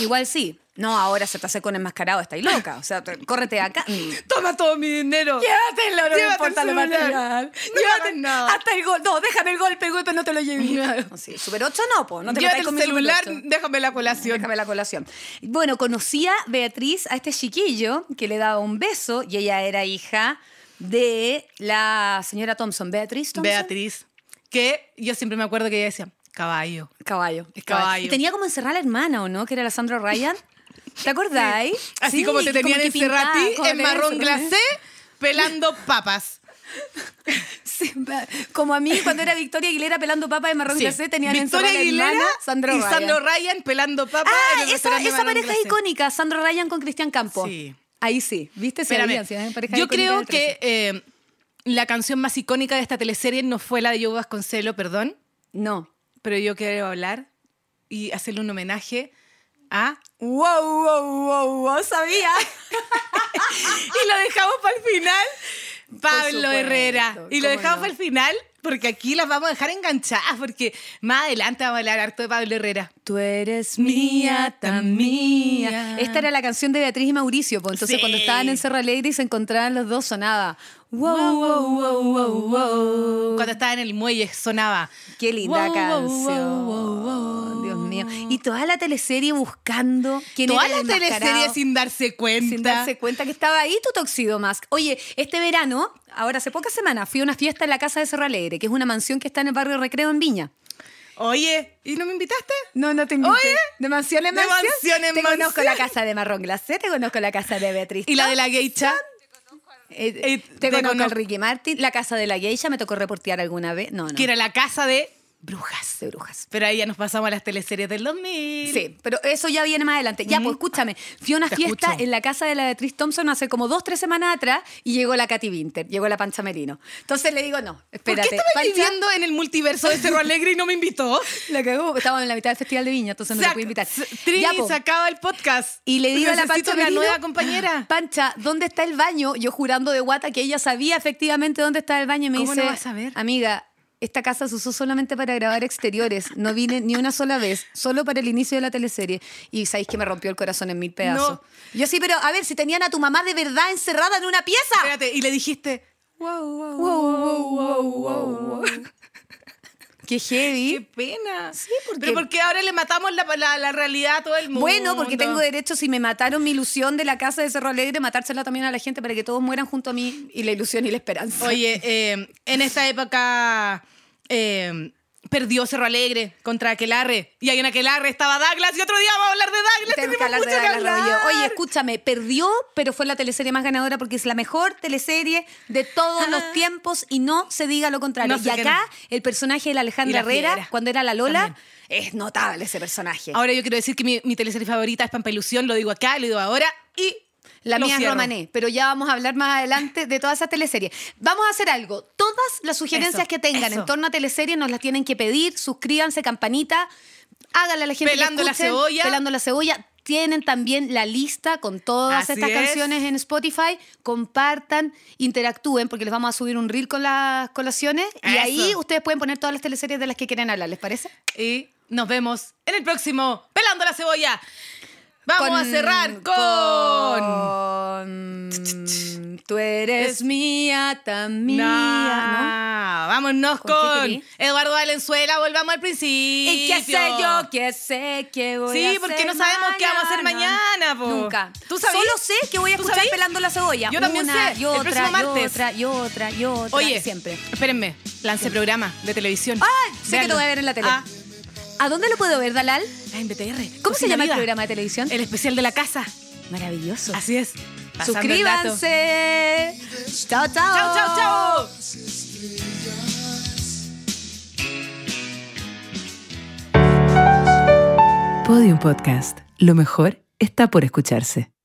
[SPEAKER 2] igual sí. No, ahora se te hace con enmascarado, estáis loca. O sea, te- córrete de acá. Mm. Llévatelo,
[SPEAKER 3] Toma todo mi dinero.
[SPEAKER 2] no
[SPEAKER 3] Llévate
[SPEAKER 2] me importa
[SPEAKER 3] el
[SPEAKER 2] lo
[SPEAKER 3] celular.
[SPEAKER 2] material.
[SPEAKER 3] No
[SPEAKER 2] Llévate
[SPEAKER 3] hagas nada.
[SPEAKER 2] Hasta el golpe. No, déjame el golpe, el golpe no te lo llevé. Sí, super 8 no, po. No te
[SPEAKER 3] Llévate
[SPEAKER 2] metáis con
[SPEAKER 3] el
[SPEAKER 2] mi Super
[SPEAKER 3] celular,
[SPEAKER 2] 8.
[SPEAKER 3] déjame la colación.
[SPEAKER 2] Déjame la colación. Bueno, conocía Beatriz a este chiquillo que le daba un beso y ella era hija de la señora Thompson. Beatriz Thompson.
[SPEAKER 3] Beatriz. Que yo siempre me acuerdo que ella decía, caballo.
[SPEAKER 2] Caballo.
[SPEAKER 3] Es caballo.
[SPEAKER 2] Y tenía como encerrada a la hermana, ¿o no? Que era la Sandra Ryan. ¿Te acordáis?
[SPEAKER 3] Así
[SPEAKER 2] Sí,
[SPEAKER 3] como te tenían
[SPEAKER 2] que
[SPEAKER 3] encerrada a
[SPEAKER 2] pintaba,
[SPEAKER 3] ti
[SPEAKER 2] como
[SPEAKER 3] en
[SPEAKER 2] te tenían
[SPEAKER 3] marrón
[SPEAKER 2] encerrada.
[SPEAKER 3] glacé pelando papas.
[SPEAKER 2] Sí, va- como a mí cuando era Victoria Aguilera pelando papa de marrón
[SPEAKER 3] Sí.
[SPEAKER 2] glacé, tenían encerrada
[SPEAKER 3] Victoria
[SPEAKER 2] a la
[SPEAKER 3] Aguilera
[SPEAKER 2] hermana, Sandra
[SPEAKER 3] y
[SPEAKER 2] Ryan.
[SPEAKER 3] Sandro Ryan pelando papas. en
[SPEAKER 2] Ah,
[SPEAKER 3] el
[SPEAKER 2] esa,
[SPEAKER 3] restaurante
[SPEAKER 2] esa
[SPEAKER 3] marrón
[SPEAKER 2] pareja es
[SPEAKER 3] glacé.
[SPEAKER 2] icónica, Sandra Ryan con Cristian Campo.
[SPEAKER 3] Sí.
[SPEAKER 2] Ahí sí, ¿viste? Se
[SPEAKER 3] Espérame.
[SPEAKER 2] habían, se habían pareja
[SPEAKER 3] Yo
[SPEAKER 2] icónica
[SPEAKER 3] creo
[SPEAKER 2] de Televisión.
[SPEAKER 3] que eh, la canción más icónica de esta teleserie no fue la de Joe Vasconcelo, perdón,
[SPEAKER 2] No.
[SPEAKER 3] pero yo quiero hablar y hacerle un homenaje a...
[SPEAKER 2] ¡Wow, wow, wow! wow sabía!
[SPEAKER 3] Y lo dejamos para el final, Pablo
[SPEAKER 2] supuesto,
[SPEAKER 3] Herrera. Y lo
[SPEAKER 2] ¿cómo
[SPEAKER 3] dejamos
[SPEAKER 2] no?
[SPEAKER 3] para el final porque aquí las vamos a dejar enganchadas porque más adelante vamos a hablar harto de Pablo Herrera.
[SPEAKER 2] Tú eres mía, tan mía. Esta era la canción de Beatriz y Mauricio, pues entonces
[SPEAKER 3] Sí.
[SPEAKER 2] cuando estaban en Cerro Alegre y se encontraban los dos sonaba. Wow, wow, wow, wow, wow.
[SPEAKER 3] Cuando estaba en el muelle sonaba...
[SPEAKER 2] Qué linda
[SPEAKER 3] Wow, wow,
[SPEAKER 2] canción.
[SPEAKER 3] wow, wow.
[SPEAKER 2] Dios mío. Y toda la teleserie buscando quién
[SPEAKER 3] Toda
[SPEAKER 2] era
[SPEAKER 3] la
[SPEAKER 2] el enmascarado,
[SPEAKER 3] teleserie sin darse cuenta.
[SPEAKER 2] sin darse cuenta que estaba ahí tu Toxido Mask. Oye, este verano, ahora hace pocas semanas, fui a una fiesta en la casa de Cerro Alegre, que es una mansión que está en el barrio Recreo en Viña.
[SPEAKER 3] Oye, ¿y no me invitaste?
[SPEAKER 2] No, no te invité.
[SPEAKER 3] invité.
[SPEAKER 2] de mansión en
[SPEAKER 3] De
[SPEAKER 2] mansión.
[SPEAKER 3] mansión en
[SPEAKER 2] te conozco
[SPEAKER 3] mansión.
[SPEAKER 2] la casa de Marrón Glacé, te conozco la casa de Beatriz.
[SPEAKER 3] ¿Y la de la geisha?
[SPEAKER 2] Eh,
[SPEAKER 3] eh,
[SPEAKER 2] te
[SPEAKER 3] te
[SPEAKER 2] conozco
[SPEAKER 3] conoz-
[SPEAKER 2] el Ricky Martin, la casa de la geisha, me tocó reportear alguna vez. No, no.
[SPEAKER 3] Que era la casa de brujas.
[SPEAKER 2] de brujas.
[SPEAKER 3] Pero ahí ya nos pasamos a las teleseries del 2000.
[SPEAKER 2] Sí, pero eso ya viene más adelante. Ya, pues escúchame, fui a una
[SPEAKER 3] Te
[SPEAKER 2] fiesta
[SPEAKER 3] escucho.
[SPEAKER 2] en la casa de la Beatriz Thompson hace como dos, tres semanas atrás y llegó la Katy Winter, llegó la Pancha Merino. Entonces le digo, no,
[SPEAKER 3] ¿Por qué
[SPEAKER 2] espérate.
[SPEAKER 3] estabas
[SPEAKER 2] Pancha,
[SPEAKER 3] viviendo en el multiverso de Cerro Alegre y no me invitó?
[SPEAKER 2] La cagó, estábamos en la mitad del Festival de Viña, entonces no te
[SPEAKER 3] Sac-
[SPEAKER 2] pude invitar.
[SPEAKER 3] s- Trini
[SPEAKER 2] Ya, pues,
[SPEAKER 3] sacaba el podcast.
[SPEAKER 2] Y le digo a la Pancha
[SPEAKER 3] Necesito una
[SPEAKER 2] Merino,
[SPEAKER 3] nueva compañera.
[SPEAKER 2] Pancha, ¿dónde está el baño? Yo jurando de guata que ella sabía efectivamente dónde estaba el baño y me
[SPEAKER 3] ¿Cómo no
[SPEAKER 2] dice,
[SPEAKER 3] vas a ver?
[SPEAKER 2] amiga, esta casa se usó solamente para grabar exteriores. No vine ni una sola vez, solo para el inicio de la teleserie. Y sabéis que me rompió el corazón en mil pedazos. Yo sí, pero a ver, si tenían a tu mamá de verdad encerrada en una pieza.
[SPEAKER 3] Espérate, y le dijiste,
[SPEAKER 2] Qué
[SPEAKER 3] qué
[SPEAKER 2] heavy.
[SPEAKER 3] pena.
[SPEAKER 2] porque-
[SPEAKER 3] Pero ¿por qué ahora le matamos la, la- la realidad a todo el mundo?
[SPEAKER 2] Bueno, porque tengo derecho, si me mataron mi ilusión de la casa de Cerro Alegre, matársela también a la gente para que todos mueran junto a
[SPEAKER 3] em,
[SPEAKER 2] mí y la ilusión y la esperanza.
[SPEAKER 3] Oye, eh, en esta época eh, Perdió Cerro Alegre contra Aquelarre. Y ahí en Aquelarre estaba Douglas. Y otro día vamos a hablar de Douglas.
[SPEAKER 2] Tenemos que hablar de
[SPEAKER 3] mucho
[SPEAKER 2] Dallas Rodríguez.
[SPEAKER 3] hablar.
[SPEAKER 2] Oye, escúchame, perdió, pero fue la teleserie más ganadora porque es la mejor teleserie de todos los tiempos y no se diga lo contrario.
[SPEAKER 3] Ah. No sé
[SPEAKER 2] y
[SPEAKER 3] qué
[SPEAKER 2] acá
[SPEAKER 3] no.
[SPEAKER 2] el personaje de la Alejandra
[SPEAKER 3] Y la
[SPEAKER 2] Herrera,
[SPEAKER 3] Fiera.
[SPEAKER 2] cuando era la Lola,
[SPEAKER 3] También.
[SPEAKER 2] es notable ese personaje.
[SPEAKER 3] Ahora yo quiero decir que mi, mi teleserie favorita es Pampa Ilusión. Lo digo acá, lo digo ahora. Y
[SPEAKER 2] la
[SPEAKER 3] lo
[SPEAKER 2] mía es
[SPEAKER 3] cierro.
[SPEAKER 2] Romané, pero ya vamos a hablar más adelante de todas esas teleseries. Vamos a hacer algo. Todas las sugerencias
[SPEAKER 3] Eso,
[SPEAKER 2] que tengan
[SPEAKER 3] eso.
[SPEAKER 2] en torno a teleseries nos las tienen que pedir. Suscríbanse, campanita. Háganle a la gente que
[SPEAKER 3] Pelando la
[SPEAKER 2] escuchen,
[SPEAKER 3] cebolla.
[SPEAKER 2] Pelando la cebolla. Tienen también la lista con todas
[SPEAKER 3] Así
[SPEAKER 2] estas
[SPEAKER 3] es.
[SPEAKER 2] canciones en Spotify. Compartan, interactúen, porque les vamos a subir un reel con las colaciones. Y
[SPEAKER 3] Eso.
[SPEAKER 2] ahí ustedes pueden poner todas las teleseries de las que quieren hablar, ¿les parece?
[SPEAKER 3] Y nos vemos en el próximo Pelando la Cebolla. Vamos a cerrar con...
[SPEAKER 2] con- Tú eres mía, tan mía. ¿no?
[SPEAKER 3] Nah, Vámonos
[SPEAKER 2] ¿Con
[SPEAKER 3] con,
[SPEAKER 2] qué querí?
[SPEAKER 3] Eduardo Valenzuela, volvamos al principio.
[SPEAKER 2] ¿Y qué sé yo? ¿Qué sé que voy a
[SPEAKER 3] Sí, porque no
[SPEAKER 2] hacer
[SPEAKER 3] sabemos qué vamos a hacer mañana, po.
[SPEAKER 2] Nunca.
[SPEAKER 3] ¿Tú sabías?
[SPEAKER 2] Solo sé que voy a
[SPEAKER 3] ¿Tú
[SPEAKER 2] escuchar
[SPEAKER 3] sabías?
[SPEAKER 2] pelando la cebolla.
[SPEAKER 3] Yo también
[SPEAKER 2] Una,
[SPEAKER 3] sé.
[SPEAKER 2] Y
[SPEAKER 3] El
[SPEAKER 2] otra,
[SPEAKER 3] próximo
[SPEAKER 2] y
[SPEAKER 3] martes.
[SPEAKER 2] otra, y otra, y otra.
[SPEAKER 3] Oye,
[SPEAKER 2] siempre.
[SPEAKER 3] espérenme, lancé programa de televisión.
[SPEAKER 2] Ah, sé que
[SPEAKER 3] Véanlo.
[SPEAKER 2] lo voy a ver en la tele.
[SPEAKER 3] Ah,
[SPEAKER 2] ¿A dónde lo puedo ver, Dalal?
[SPEAKER 3] ah, en BTR.
[SPEAKER 2] ¿Cómo se
[SPEAKER 3] Cocina
[SPEAKER 2] llama el
[SPEAKER 3] Viva.
[SPEAKER 2] programa de televisión?
[SPEAKER 3] El especial de la casa.
[SPEAKER 2] Maravilloso.
[SPEAKER 3] Así es. Pasando el dato.
[SPEAKER 2] Suscríbanse. Chao, chao.
[SPEAKER 3] Chao, chao, chao.
[SPEAKER 1] Podium Podcast. Lo mejor está por escucharse.